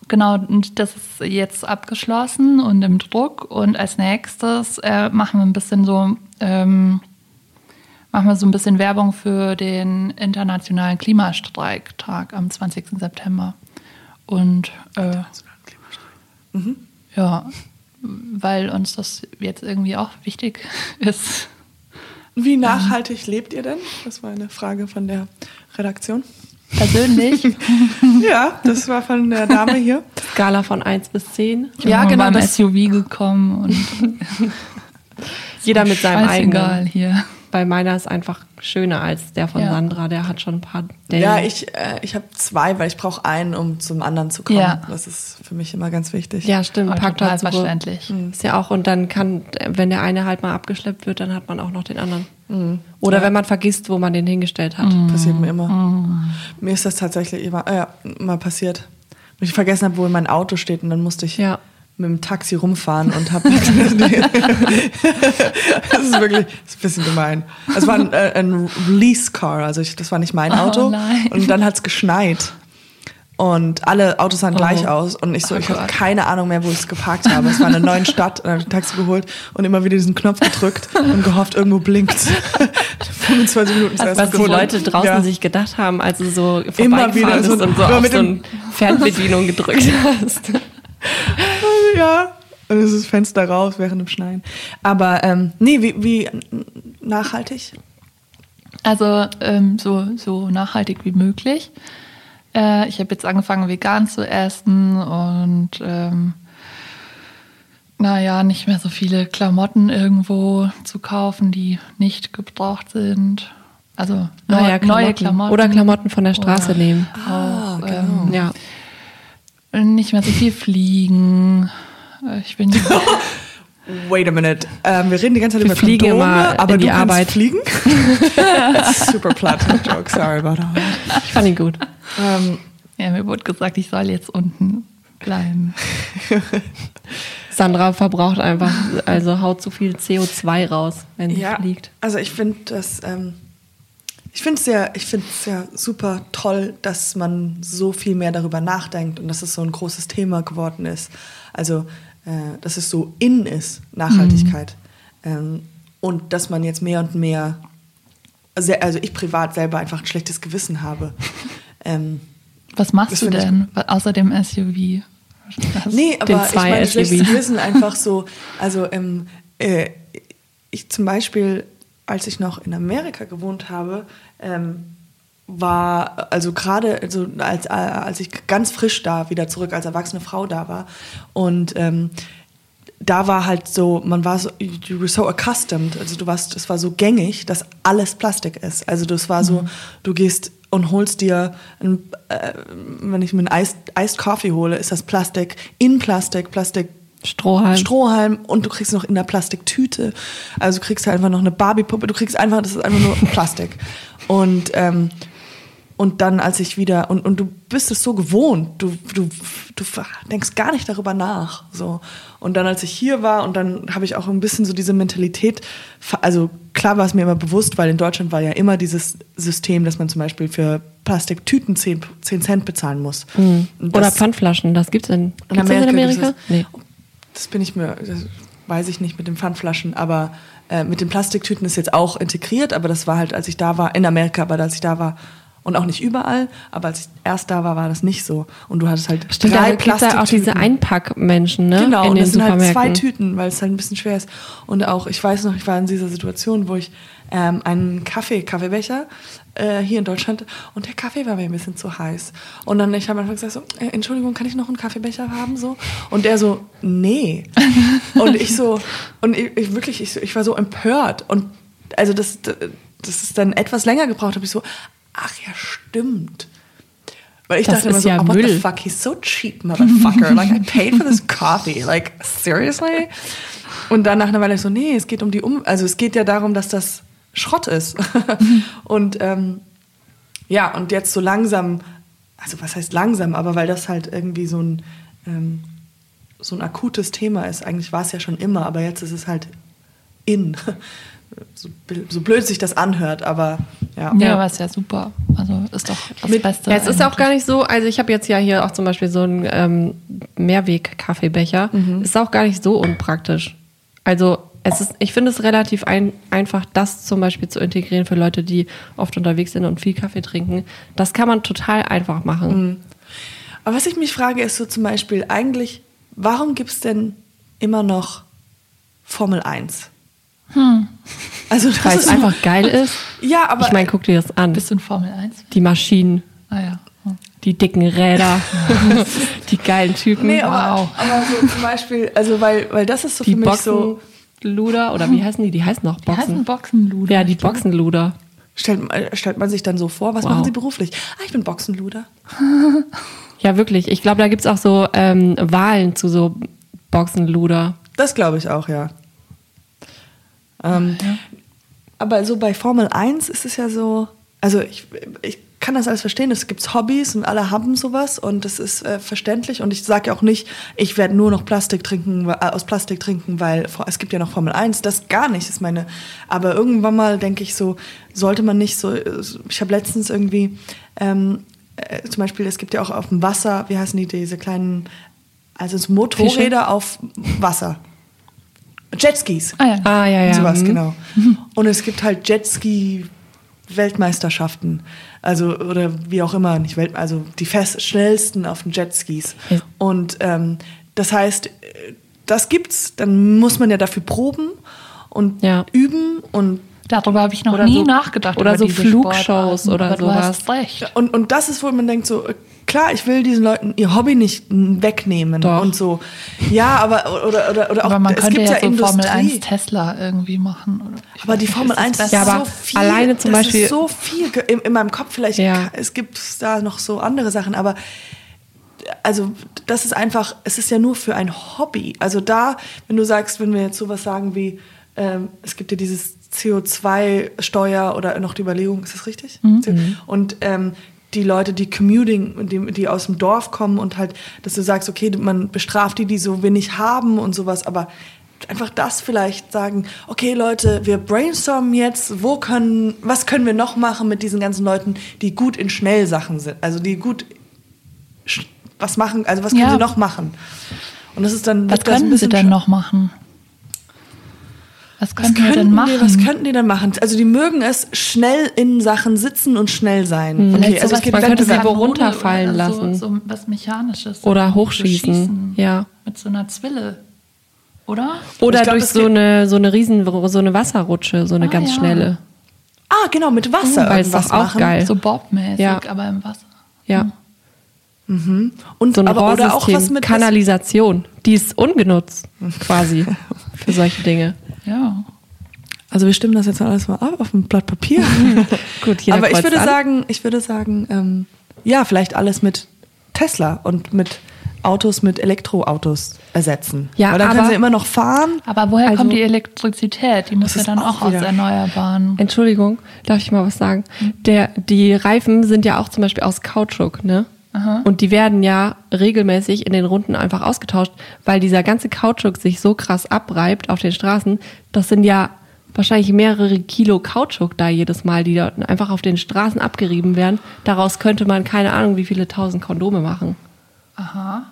Genau, und das ist jetzt abgeschlossen und im Druck. Und als nächstes äh, machen wir ein bisschen so, ähm, machen wir so ein bisschen Werbung für den internationalen Klimastreiktag am 20. September. Und äh, ja, weil uns das jetzt irgendwie auch wichtig ist.
Wie nachhaltig lebt ihr denn? Das war eine Frage von der Redaktion.
Persönlich.
Ja, das war von der Dame hier.
Skala von 1 bis 10.
Ich bin
Ja,
mal
genau,
Beim
das-
SUV gekommen und
Jeder mit seinem
Scheißegal
eigenen.
hier.
Bei meiner ist einfach schöner als der von
Ja.
Sandra. Der hat schon ein paar Dellen.
Ja, ich, äh, ich habe zwei, weil ich brauche einen, um zum anderen zu kommen.
Ja.
Das ist für mich immer ganz wichtig.
ja stimmt.
Aber
Packt
total
dazu. Mhm.
verständlich.
Ist ja auch. Und dann kann, wenn der eine halt mal abgeschleppt wird, dann hat man auch noch den anderen.
Mhm.
Oder wenn man vergisst, wo man den hingestellt hat.
Mhm.
Passiert
Mm,
mir immer. Mir ist das tatsächlich immer, äh, ja, mal passiert. Wenn ich vergessen habe, wo mein Auto steht und dann musste ich
Ja.
mit dem Taxi rumfahren und habe. das ist wirklich das ist ein bisschen gemein. Es war ein, äh, ein Lease-Car, also ich, das war nicht mein
Oh
Auto.
nein.
Und dann hat es geschneit. Und alle Autos sahen
Oh.
gleich aus. Und ich so, ich habe keine Ahnung mehr, wo ich es geparkt habe. Es war in einer neuen Stadt. Und dann habe ich ein Taxi geholt und immer wieder diesen Knopf gedrückt und gehofft, irgendwo blinkt. 25 Minuten zuerst
Was die
gefunden.
Leute draußen
Ja.
sich gedacht haben, als du so
Immer
vorbeigefahren
wieder so
bist
ein-
und so
immer
auf
mit
so eine
dem-
Fernbedienung gedrückt hast.
Ja. Und es ist Fenster raus während dem Schneien. Aber ähm, nee, wie, wie nachhaltig?
Also ähm, so, so nachhaltig wie möglich. Äh, ich habe jetzt angefangen, vegan zu essen und ähm, naja, nicht mehr so viele Klamotten irgendwo zu kaufen, die nicht gebraucht sind. Also neu,
Ah ja,
neue Klamotten.
Oder Klamotten von der Straße
Oder-
nehmen.
Auch, ähm,
Ja.
nicht mehr so viel fliegen. Äh, Ich bin
Wait a minute. Ähm, wir reden die ganze Zeit
Wir
über
fliegen
Kondome,
immer in
aber
die
du kannst
Arbeit.
fliegen? Super platt, joke, sorry about that.
Ich fand ihn gut.
Ähm,
ja, mir wurde gesagt, ich soll jetzt unten bleiben.
Sandra verbraucht einfach, also haut zu viel CO2 raus, wenn sie
ja,
fliegt.
also ich finde das, ähm, ich finde es ja, ich finde es ja super toll, dass man so viel mehr darüber nachdenkt und dass es so ein großes Thema geworden ist. Also, äh, dass es so in ist, Nachhaltigkeit. Ähm, und dass man jetzt mehr und mehr, also, also ich privat selber einfach ein schlechtes Gewissen habe. ähm,
Was machst
Das
du
find ich
denn außer dem SUV?
Nee, aber
Den
ich
zwei
meine,
SGB.
schlechtes Gewissen einfach so. Also ähm, äh, ich zum Beispiel, als ich noch in Amerika gewohnt habe, ähm, war, also gerade also als, äh, als ich ganz frisch da wieder zurück als erwachsene Frau da war und ähm, da war halt so, man war so, you were so accustomed, also du warst, es war so gängig, dass alles Plastik ist. Also das war so, du gehst und holst dir, ein, äh, wenn ich mir einen Iced, Iced Coffee hole, ist das Plastik in Plastik, Plastik
Strohhalm.
Strohhalm und du kriegst noch in der Plastiktüte. Also du kriegst halt einfach noch eine Barbie-Puppe. Du kriegst einfach, das ist einfach nur Plastik. Und, ähm, und dann, als ich wieder, und, und du bist es so gewohnt, du, du, du denkst gar nicht darüber nach. So. Und dann, als ich hier war, und dann habe ich auch ein bisschen so diese Mentalität, ver- also klar war es mir immer bewusst, weil in Deutschland war ja immer dieses System, dass man zum Beispiel für Plastiktüten 10, 10 Cent bezahlen muss. Und
Oder
das-
Pfandflaschen, das gibt's
in
in, gibt's das
Amerika.
in Amerika?
gibt's
Nee.
Das, das bin ich mir, das weiß ich nicht mit den Pfandflaschen, aber äh, mit den Plastiktüten ist jetzt auch integriert, aber das war halt, als ich da war, in Amerika, aber als ich da war, und auch nicht überall, aber als ich erst da war, war das nicht so. Und du hattest halt
Stimmt,
drei
da gibt's ja auch diese
Plastiktüten.
Einpackmenschen, ne?
Genau,
in
und
den
das sind halt
Supermärkten.
zwei Tüten, weil es halt ein bisschen schwer ist. Und auch, ich weiß noch, ich war in dieser Situation, wo ich ähm, einen Kaffee, Kaffeebecher äh, hier in Deutschland und der Kaffee war mir ein bisschen zu heiß. Und dann, ich habe einfach gesagt so, äh, Entschuldigung, kann ich noch einen Kaffeebecher haben? so Und er so, nee. und ich so, und ich, ich wirklich, ich, so, ich war so empört. Und also das, das ist dann etwas länger gebraucht, habe ich so, ach ja, stimmt. Weil ich
Das
dachte immer
ist
so,
ja
oh, what the
Müll.
fuck, he's so cheap, motherfucker. Like, I paid for this coffee. Like, seriously? Und dann nach einer Weile so, nee, es geht um die Um... Also es geht ja darum, dass das Schrott ist. und ähm, ja, und jetzt so langsam... Also was heißt langsam? Aber weil das halt irgendwie so ein... Ähm, so ein akutes Thema ist. Eigentlich war es ja schon immer, aber jetzt ist es halt in. So, bl- so blöd sich das anhört, aber ja.
Ja, aber ist ja super. Also ist doch das Beste.
Ja, es ist auch gar nicht so, also ich habe jetzt ja hier auch zum Beispiel so einen ähm, Mehrweg-Kaffeebecher.
Mhm.
Ist auch gar nicht so unpraktisch. Also es ist, ich finde es relativ ein, einfach, das zum Beispiel zu integrieren für Leute, die oft unterwegs sind und viel Kaffee trinken. Das kann man total einfach
Mhm.
machen.
Aber was ich mich frage, ist so zum Beispiel eigentlich, warum gibt es denn immer noch Formel 1? Also das
Weil es
ist
einfach geil ist.
Ja, aber
ich meine, guck dir das an.
Bist du in Formel 1?
Die Maschinen,
Ah ja. Hm.
die dicken Räder, die geilen Typen,
nee, aber,
Wow.
aber so zum Beispiel, also weil, weil das ist so
die
für mich so. Hm.
Boxenluder oder wie heißen die? Die heißen noch
Die
Boxen.
heißen Boxenluder.
ja, die Boxenluder.
Stellt, äh, stellt man sich dann so vor, was
Wow.
machen sie beruflich? Ah, ich bin Boxenluder.
Ja, wirklich. Ich glaube, da gibt's auch so ähm, Wahlen zu so Boxenluder.
Das glaube ich auch, ja. Ähm, Aber so bei Formel 1 ist es ja so, also ich, ich kann das alles verstehen, es gibt Hobbys und alle haben sowas und das ist äh, verständlich und ich sage ja auch nicht, ich werde nur noch Plastik trinken, äh, aus Plastik trinken, weil vor- es gibt ja noch Formel 1, das gar nicht ist meine, aber irgendwann mal denke ich so, sollte man nicht so, äh, ich habe letztens irgendwie, ähm, äh, zum Beispiel, es gibt ja auch auf dem Wasser, wie heißen die, diese kleinen, also so Motorräder auf Wasser. Jetskis.
Ah ja.
Ah, ja, ja.
Sowas,
hm.
genau. Und es gibt halt Jetski-Weltmeisterschaften. Also, oder wie auch immer, nicht Welt, also die fest, schnellsten auf den Jetskis.
Ja.
Und ähm, das heißt, äh, das gibt's, dann muss man ja dafür proben und
Ja.
üben und
Darüber habe ich noch
Oder
nie
so-
nachgedacht.
oder
über
so
diese
Flugshows
Sportarten,
oder
aber Du
sowas.
hast recht.
Und, und das ist, wo man denkt, so, äh, klar, ich will diesen Leuten ihr Hobby nicht n- wegnehmen
Doch.
und so. Ja, aber oder, oder, oder auch
Aber man
es
könnte
gibt
ja,
ja
so
Industrie.
Formel 1 Tesla irgendwie machen. Oder Ich
aber
weiß
die
nicht,
Formel
ist das
1 ist
besser?
Ja, aber
so viel.
alleine zum
das
Beispiel-
ist so viel ge- in, in meinem Kopf vielleicht.
Ja.
Es gibt da noch so andere Sachen, aber also das ist einfach, es ist ja nur für ein Hobby. Also da, wenn du sagst, wenn wir jetzt sowas sagen wie, ähm, es gibt ja dieses CO2-Steuer oder noch die Überlegung, ist das richtig? Und ähm, die Leute, die commuting, die, die aus dem Dorf kommen und halt, dass du sagst, okay, man bestraft die, die so wenig haben und sowas, aber einfach das vielleicht sagen, okay Leute, wir brainstormen jetzt, wo können, was können wir noch machen mit diesen ganzen Leuten, die gut in Schnellsachen sind, also die gut sch- was machen, also was können
Ja.
sie noch machen? Und das ist dann
Was
wird das ein
könnten sie
bisschen
denn
sch-
noch machen? Was könnten wir denn machen?
Die, was könnten die denn machen? Also die mögen es schnell in Sachen sitzen und schnell
Hm,
sein. also
Vielleicht sowas
geht
wie
man könnte sie
Kanone
runterfallen
oder
lassen.
So, so was Mechanisches.
Oder
So
hochschießen, ja.
Mit so einer Zwille. Oder?
Oder
Ich glaub,
durch
es
so
geht-
eine, so eine riesen, so eine Wasserrutsche, so eine
Ah,
ganz
ja.
schnelle.
Ah, genau, mit Wasser
Oh, Weil es
irgendwas
doch auch
machen.
geil.
So bobmäßig,
Ja.
aber im Wasser.
Hm.
Ja.
Und
So ein
aber,
Rohrsystem.
oder auch was mit
Kanalisation. Die ist ungenutzt, quasi, für solche Dinge.
Ja.
Also wir stimmen das jetzt alles mal ab auf ein Blatt Papier.
Gut, jeder
Aber ich
kreuzt
würde
an.
sagen, ich würde sagen, ähm, ja, vielleicht alles mit Tesla und mit Autos mit Elektroautos ersetzen.
Ja,
Weil dann können
aber-
sie immer noch fahren.
Aber woher
Also-
kommt die Elektrizität? Die muss ja
ist
dann
auch
auch aus
wieder-
Erneuerbaren.
Entschuldigung, darf ich mal was sagen?
Hm.
Der, die Reifen sind ja auch zum Beispiel aus Kautschuk, ne?
Aha.
Und die werden ja regelmäßig in den Runden einfach ausgetauscht, weil dieser ganze Kautschuk sich so krass abreibt auf den Straßen. Das sind ja wahrscheinlich mehrere Kilo Kautschuk da jedes Mal, die da einfach auf den Straßen abgerieben werden. Daraus könnte man keine Ahnung, wie viele tausend Kondome machen.
Aha.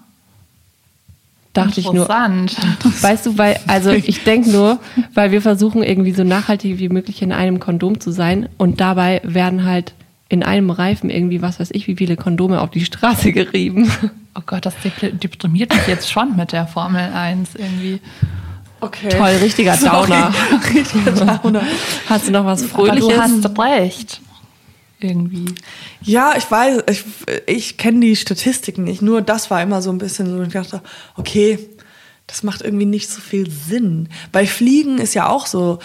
Dachte ich nur.
Interessant.
Weißt du, weil, also ich denke nur, weil wir versuchen irgendwie so nachhaltig wie möglich in einem Kondom zu sein und dabei werden halt in einem Reifen irgendwie, was weiß ich, wie viele Kondome auf die Straße gerieben.
Oh Gott, das depl- deprimiert mich jetzt schon mit der Formel 1 irgendwie.
Okay.
Toll, richtiger Downer. Hast du noch was
Aber du
Fröhliches?
hast recht. Irgendwie.
Ja, ich weiß, ich, ich kenne die Statistiken nicht. Nur das war immer so ein bisschen so, ich dachte, okay, das macht irgendwie nicht so viel Sinn. Bei Fliegen ist ja auch so,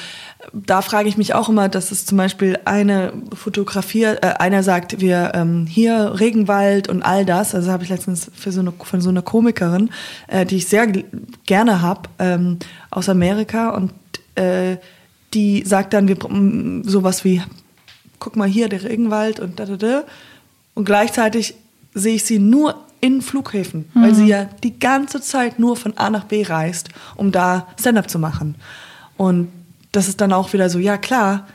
da frage ich mich auch immer, dass es zum Beispiel eine fotografiert, äh, einer sagt, wir ähm, hier Regenwald und all das. Also habe ich letztens für so eine, von so einer Komikerin, äh, die ich sehr gl- gerne habe, ähm, aus Amerika und äh, die sagt dann, wir br- m, sowas wie guck mal hier, der Regenwald und da, da, da. Und gleichzeitig sehe ich sie nur in Flughäfen, weil sie ja die ganze Zeit nur von A nach B reist, um da Stand-up zu machen. Und das ist dann auch wieder so, ja klar,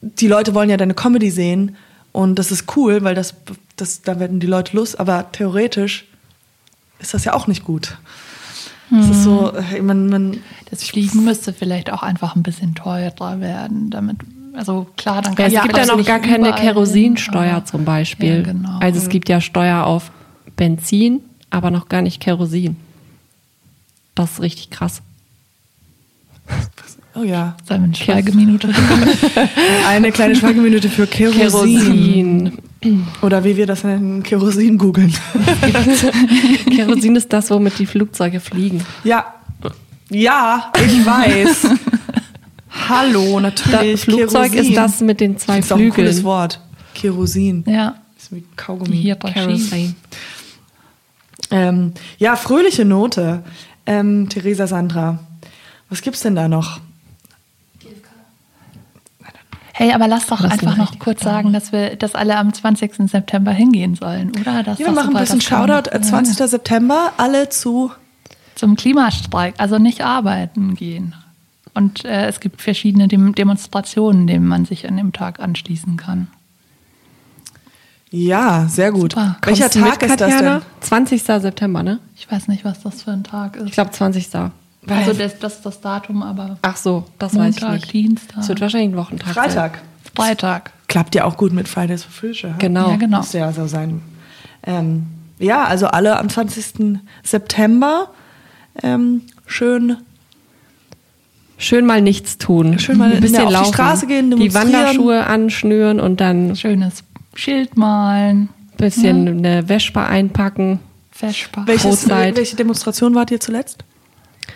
die Leute wollen ja deine Comedy sehen und das ist cool, weil das, das da werden die Leute Lust, aber theoretisch ist das ja auch nicht gut. Es ist so, äh, man, man,
Das Fliegen müsste vielleicht auch einfach ein bisschen teurer werden, damit. Also klar, dann
Ja,
kann
es gibt ja noch gar keine Kerosinsteuer zum Beispiel.
ne? Ja, genau.
Also es gibt ja Steuer auf Benzin, aber noch gar nicht Kerosin. Das ist richtig krass.
oh ja.
Sollen wir eine Schweigeminute?
Eine kleine Schweigeminute für Kerosin.
Kerosin.
Oder wie wir das nennen, Kerosin googeln.
Kerosin ist das, womit die Flugzeuge fliegen.
Ja. Ja, ich weiß. Hallo, natürlich.
Das Flugzeug
Kerosin.
ist das mit den zwei
ist auch ein cooles
Flügeln.
Wort. Kerosin.
ja.
Ist wie
Die
Kaugummi.
hier bei Ski.
Kerosene.
Ähm, ja, fröhliche Note. Ähm, Theresa Sandra. Was gibt's denn da noch?
Hey, aber lass doch
Lass
einfach
mal
noch
richtig
kurz sagen, dass wir dass alle am 20. September hingehen sollen, oder? Das ist
Ja, wir
doch
machen
super,
ein bisschen
das kann man
Shoutout.
noch-
äh, 20. September, alle zu.
zum Klimastreik, also nicht arbeiten gehen. Und äh, es gibt verschiedene Dem Demonstrationen, denen man sich an dem Tag anschließen kann.
Ja, sehr gut.
Super.
Welcher
Kommst du
Tag
mit,
ist das
Katjana?
denn?
20. September, ne?
Ich weiß nicht, was das für ein Tag ist.
Ich glaube 20.
also das, das ist das Datum, aber
Ach so, das weiß
Montag,
ich nicht.
Dienstag.
Es wird wahrscheinlich ein Wochentag sein.
Freitag.
Freitag.
Klappt ja auch gut mit Fridays for Future. ha?
Genau.
Ja, genau.
Muss ja so sein. Ähm, ja, also alle am 20. September ähm, schön,
Schön mal nichts tun.
Schön mal
ein bisschen
auf die
laufen.
Straße gehen,
die
demonstrieren.
Wanderschuhe anschnüren und dann ein
Schönes Schild malen,
bisschen eine Vespa einpacken.
Vespa.
Welches,
Brotzeit.
welche Demonstration wart ihr zuletzt?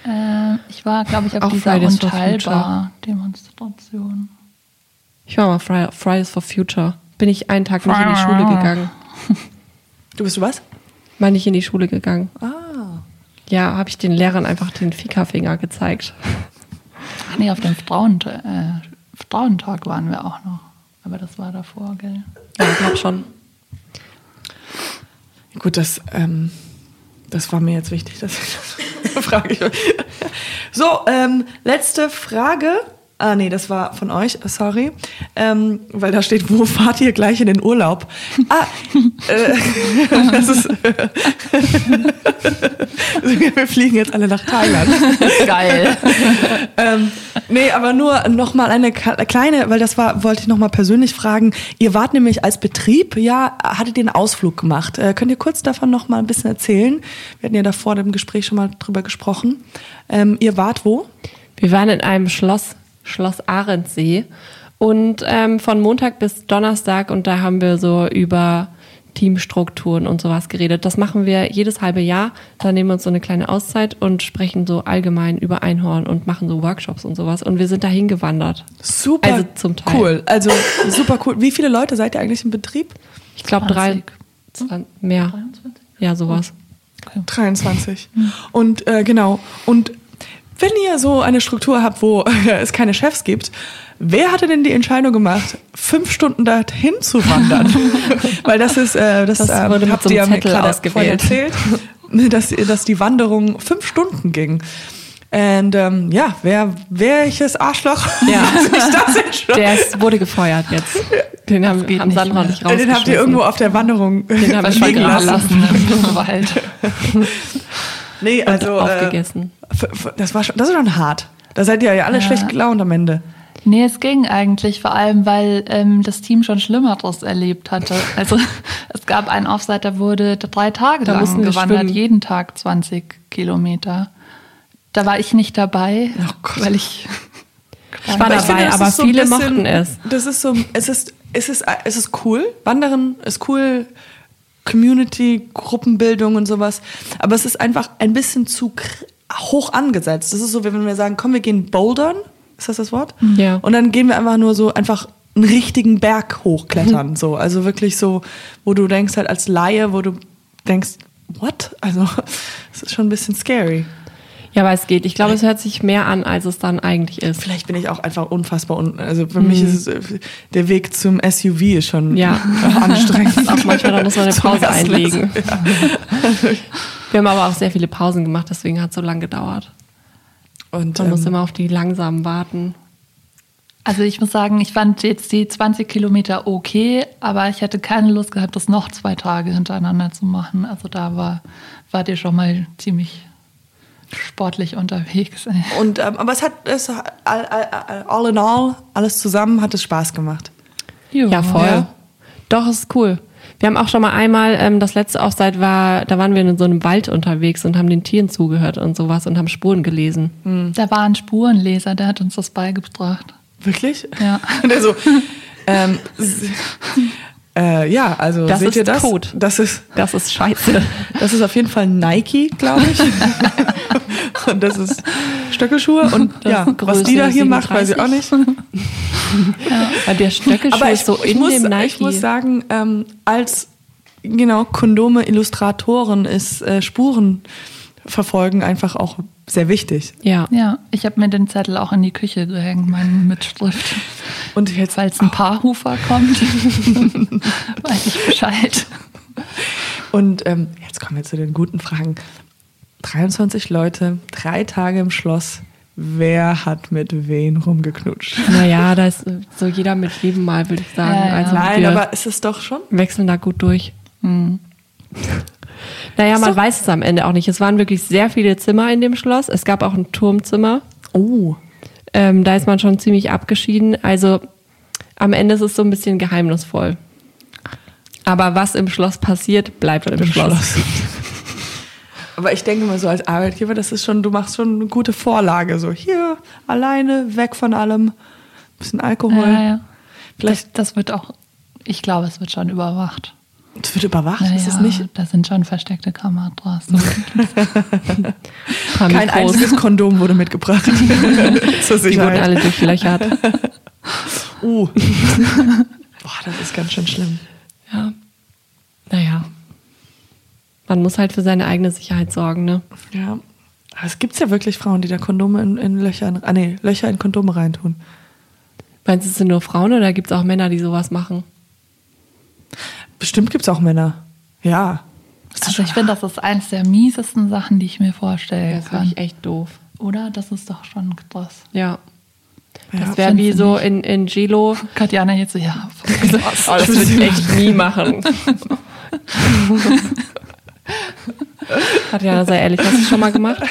Äh, ich war, glaube ich, auf
Auch
dieser
Fridays for Future.
Unteilbar-Demonstration.
Ich war mal Fri- Fridays for Future. Bin ich einen Tag nicht in die Schule gegangen.
Du bist du was?
Mal nicht in die Schule gegangen. Ah. Ja, habe ich den Lehrern einfach den Fika-Finger gezeigt.
Ach nee, auf dem Frauent äh, Frauentag waren wir auch noch. Aber das war davor, gell?
Ja, ich glaube schon.
Gut, das, ähm, das war mir jetzt wichtig, dass ich das frage ich euch. So, ähm, letzte Frage. Ah, nee, das war von euch, sorry. Ähm, weil da steht, wo fahrt ihr gleich in den Urlaub? Ah, äh, das ist. Wir fliegen jetzt alle nach Thailand.
Geil.
Ähm, Nee, aber nur nochmal eine ka- kleine, weil das war, wollte ich nochmal persönlich fragen. Ihr wart nämlich als Betrieb, ja, hattet ihr einen Ausflug gemacht. Äh, könnt ihr kurz davon nochmal ein bisschen erzählen? Wir hatten ja davor im Gespräch schon mal drüber gesprochen. Ähm, ihr wart wo?
Wir waren in einem Schloss, Schloss Ahrensee. Und ähm, von Montag bis Donnerstag, und da haben wir so über Teamstrukturen und sowas geredet. Das machen wir jedes halbe Jahr. Da nehmen wir uns so eine kleine Auszeit und sprechen so allgemein über Einhorn und machen so Workshops und sowas. Und wir sind dahin gewandert.
Super
Also zum Teil.
cool. Also super cool. Wie viele Leute seid ihr eigentlich im Betrieb?
Ich glaube, drei,
20.
zwan- mehr.
23?
Ja, sowas.
23. Und äh, genau. Und wenn ihr so eine Struktur habt, wo äh, es keine Chefs gibt, wer hatte denn die Entscheidung gemacht, fünf Stunden dahin zu wandern? Weil das ist, äh, das,
Das
ähm,
wurde mit
habt
so einem
ihr mir
Zettel
gerade vorhin
ausgewählt.
erzählt, dass, dass die Wanderung fünf Stunden ging. Und ähm, ja, wer, welches Arschloch
Ja.
hat sich das entschlossen?
Der ist, wurde gefeuert jetzt. Den haben,
geht
haben
nicht
Sandra
mehr.
nicht rausgeschmissen.
Den habt ihr irgendwo auf der Wanderung
Den haben wir
liegen
vergraben
lassen.
Gelassen im Wald.
Nee, also
aufgegessen.
Äh, f- f- das war schon, das ist schon hart. Da seid ihr ja alle schlecht gelaunt am Ende.
Nee, es ging eigentlich, vor allem, weil ähm, das Team schon Schlimmeres erlebt hatte. Also es gab einen Offside, der wurde drei Tage
Da mussten
lang
wir
gewandert,
schwimmen.
jeden Tag 20 Kilometer. Da war ich nicht dabei,
Oh
weil ich
Ich war
Aber ich
dabei,
finde, das
aber
ist so ein
viele
bisschen-
mochten es.
Das ist so, es ist, es ist, es ist cool. Wandern ist cool. Community, Gruppenbildung und sowas. Aber es ist einfach ein bisschen zu kr- hoch angesetzt. Das ist so, wie wenn wir sagen, komm, wir gehen bouldern. Ist das das Wort?
Mhm. Ja.
Und dann gehen wir einfach nur so einfach einen richtigen Berg hochklettern.
Mhm.
So. Also wirklich so, wo du denkst halt als Laie, wo du denkst, what? Also, es ist schon ein bisschen scary.
Ja, aber es geht. Ich glaube, es hört sich mehr an, als es dann eigentlich ist.
Vielleicht bin ich auch einfach unfassbar unten. Also für mich ist es, äh, der Weg zum SUV ist schon
Mhm.
äh,
Ja.
anstrengend.
Auch manchmal, da muss man eine
Zum
Pause
Erstlesen.
einlegen. Wir haben aber auch sehr viele Pausen gemacht, deswegen hat es so lange gedauert.
Und
Man muss
ähm,
immer auf die langsamen warten.
Also ich muss sagen, ich fand jetzt die 20 Kilometer okay, aber ich hätte keine Lust gehabt, das noch zwei Tage hintereinander zu machen. Also da war, wart ihr schon mal ziemlich sportlich unterwegs. ey.
und ähm, aber es hat es hat- all, all, all in all alles zusammen hat es Spaß gemacht.
Ja, voll.
Ja.
Doch, es ist cool. Wir haben auch schon mal einmal, ähm, das letzte Offside war, da waren wir in so einem Wald unterwegs und haben den Tieren zugehört und sowas und haben Spuren gelesen.
Da war ein Spurenleser, der hat uns das beigebracht.
Wirklich?
Ja.
Und er so. Ähm, s- äh, ja, also
Das
seht
ist
ihr das?
Code.
Das ist
Das ist scheiße.
Das ist auf jeden Fall Nike, glaube ich. und das ist Stöckelschuhe und
Das
ja,
ist
was die da hier
37.
macht, weiß ich auch nicht.
Weil der Stöckelschuh
Aber ich,
ist so
ich,
in
muss,
dem Nike.
ich muss sagen, ähm, als genau Kondome Illustratoren ist äh, Spuren verfolgen einfach auch sehr wichtig.
ja.
Ja, ich habe mir den Zettel auch in die Küche gehängt, meinen Mitschrift.
Und jetzt
Falls ein Paarhufer kommt, weiß ich Bescheid.
Und ähm, jetzt kommen wir zu den guten Fragen. 23 Leute, drei Tage im Schloss. Wer hat mit wen rumgeknutscht?
Naja, da ist äh, so jeder mit jedem Mal, würde ich sagen.
Ja, ja.
Also
Nein,
wir
aber ist es doch schon?
wechseln da gut durch.
Mhm.
Naja, man weiß es am Ende auch nicht. Es waren wirklich sehr viele Zimmer in dem Schloss. Es gab auch ein Turmzimmer.
Oh,
Ähm, da ist man schon ziemlich abgeschieden. Also am Ende ist es so ein bisschen geheimnisvoll. Aber was im Schloss passiert, bleibt im, Schloss.
Aber ich denke mal so als Arbeitgeber, das ist schon, du machst schon eine gute Vorlage. So hier, alleine, weg von allem, bisschen Alkohol.
Ja, ja.
Vielleicht,
Das, das wird auch, ich glaube, es wird schon überwacht.
es wird überwacht, ist es
Naja,
nicht?
Da sind schon versteckte Kameras.
Paar
Kein
Mikros,
einziges Kondom wurde mitgebracht. Zur
die wurden
Sicherheit.
alle durchlöchert.
Uh. Boah, das ist ganz schön schlimm.
Ja. Naja. Man muss halt für seine eigene Sicherheit sorgen, ne?
Ja. Aber es gibt ja wirklich Frauen, die da Kondome in, in Löcher, in, ah, nee, Löcher in Kondome reintun.
Meinst du, es sind nur Frauen oder gibt es auch Männer, die sowas machen?
Bestimmt gibt es auch Männer. Ja.
Also ich finde, das ist eines der miesesten Sachen, die ich mir vorstellen
Das finde
kann.
ich echt doof.
Oder? Das ist doch schon krass.
Ja.
Ja.
Das wäre wie
Findest du
so in, in Gilo.
Katjana jetzt so, ja,
Oh, Das würde ich echt nie machen. Katjana, sei ehrlich, hast du es schon mal gemacht?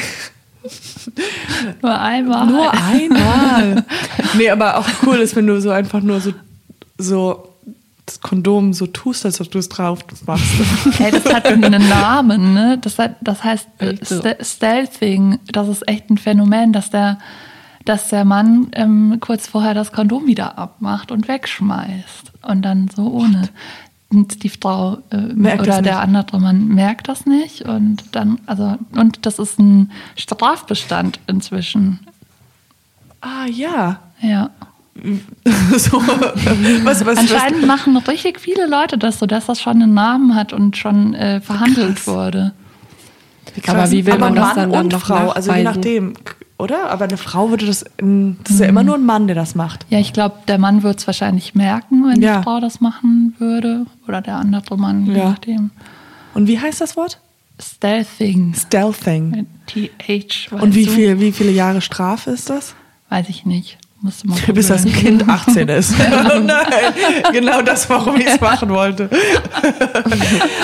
Nur einmal.
Nur einmal. Ah. nee, aber auch cool ist, wenn du so einfach nur so, so das Kondom so tust, als ob du es drauf machst.
Hey, das hat einen Namen, ne? Das, hat, das heißt äh,
Echt so?
Ste- Stealthing. Das ist echt ein Phänomen, dass der, dass der Mann ähm, kurz vorher das Kondom wieder abmacht und wegschmeißt. Und dann so ohne. Und die Frau äh,
Merkt das
oder
nicht.
der andere Mann merkt das nicht. Und dann, also, und das ist ein Strafbestand inzwischen.
ah ja.
Ja.
so, was, was, was,
Anscheinend machen richtig viele Leute das, sodass das schon einen Namen hat und schon äh, verhandelt wurde.
Aber wie will
aber
man das
Mann
dann, dann
und
noch
Frau, also je
nachweisen? Mhm.
nachdem, k- oder? Aber eine Frau würde das, ähm, das ist ja immer nur ein Mann, der das macht.
Ja, ich glaube, der Mann würde es wahrscheinlich merken, wenn
Ja.
die Frau das machen würde. Oder der andere Mann, je
Ja.
nachdem.
Und wie heißt das Wort?
Stealthing.
Stealthing.
Mit TH. weißt
Und wie,
du?
viel, wie viele Jahre Strafe ist das?
Weiß ich nicht. Musste mal
Bis das
googeln.
Kind 18 ist. Oh Nein, genau das, warum ich es machen wollte.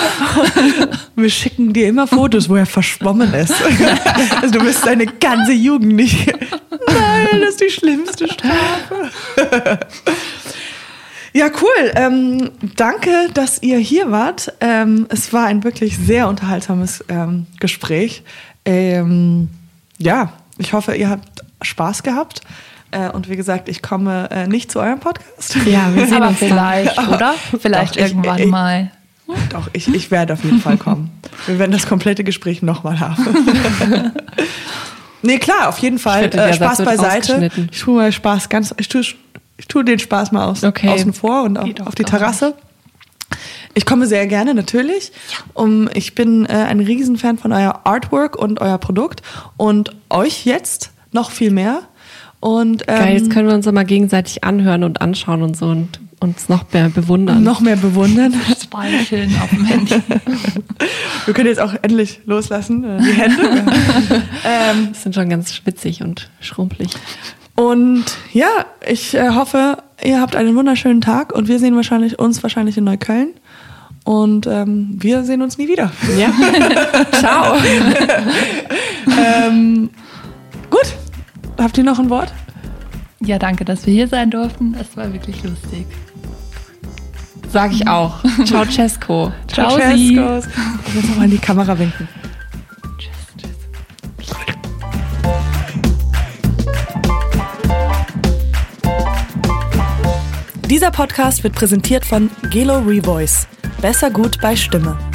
Wir schicken dir immer Fotos, wo er verschwommen ist. Also du bist deine ganze Jugend nicht. Nein, das ist die schlimmste Strafe. Ja, cool. Ähm, danke, dass ihr hier wart. Ähm, es war ein wirklich sehr unterhaltsames ähm, Gespräch. Ähm, ja, ich hoffe, ihr habt Spaß gehabt. Äh, und wie gesagt, ich komme äh, nicht zu eurem Podcast.
Ja, wir sehen
Aber
uns dann.
vielleicht,
Oh
oder? Vielleicht
Doch, ich-
irgendwann
ich-
mal.
Doch, ich, ich werde auf jeden Fall kommen. Wir werden das komplette Gespräch nochmal haben. nee, klar, auf jeden Fall.
Ich hätte,
äh,
ja,
Spaß
das wird
beiseite.
ausgeschnitten.
Ich tue mal Spaß ganz. Ich tue, ich tue den Spaß mal aus,
Okay.
außen vor und auf,
Geht doch
auf die
gar nicht.
Terrasse. Ich komme sehr gerne, natürlich. Um, ich bin äh, ein Riesenfan von euer Artwork und euer Produkt und euch jetzt noch viel mehr. Und ähm,
Geil, jetzt können wir uns ja mal gegenseitig anhören und anschauen und so und uns noch mehr bewundern.
noch mehr bewundern.
Streicheln auf dem Handy.
Wir können jetzt auch endlich loslassen, äh, die Hände. ähm,
Das sind schon ganz schwitzig und schrumpelig.
Und ja, ich äh, hoffe, ihr habt einen wunderschönen Tag und wir sehen wahrscheinlich uns wahrscheinlich in Neukölln. Und ähm, wir sehen uns nie wieder.
Ja. Ciao.
Ähm, Gut. Habt ihr noch ein Wort?
Ja, danke, dass wir hier sein durften. Es war wirklich lustig.
Sag ich auch. Ciao, Cesco.
Ciao, Sie.
Tschüss. Und jetzt nochmal in die Kamera winken.
Dieser Podcast wird präsentiert von Gelo Revoice. Besser gut bei Stimme.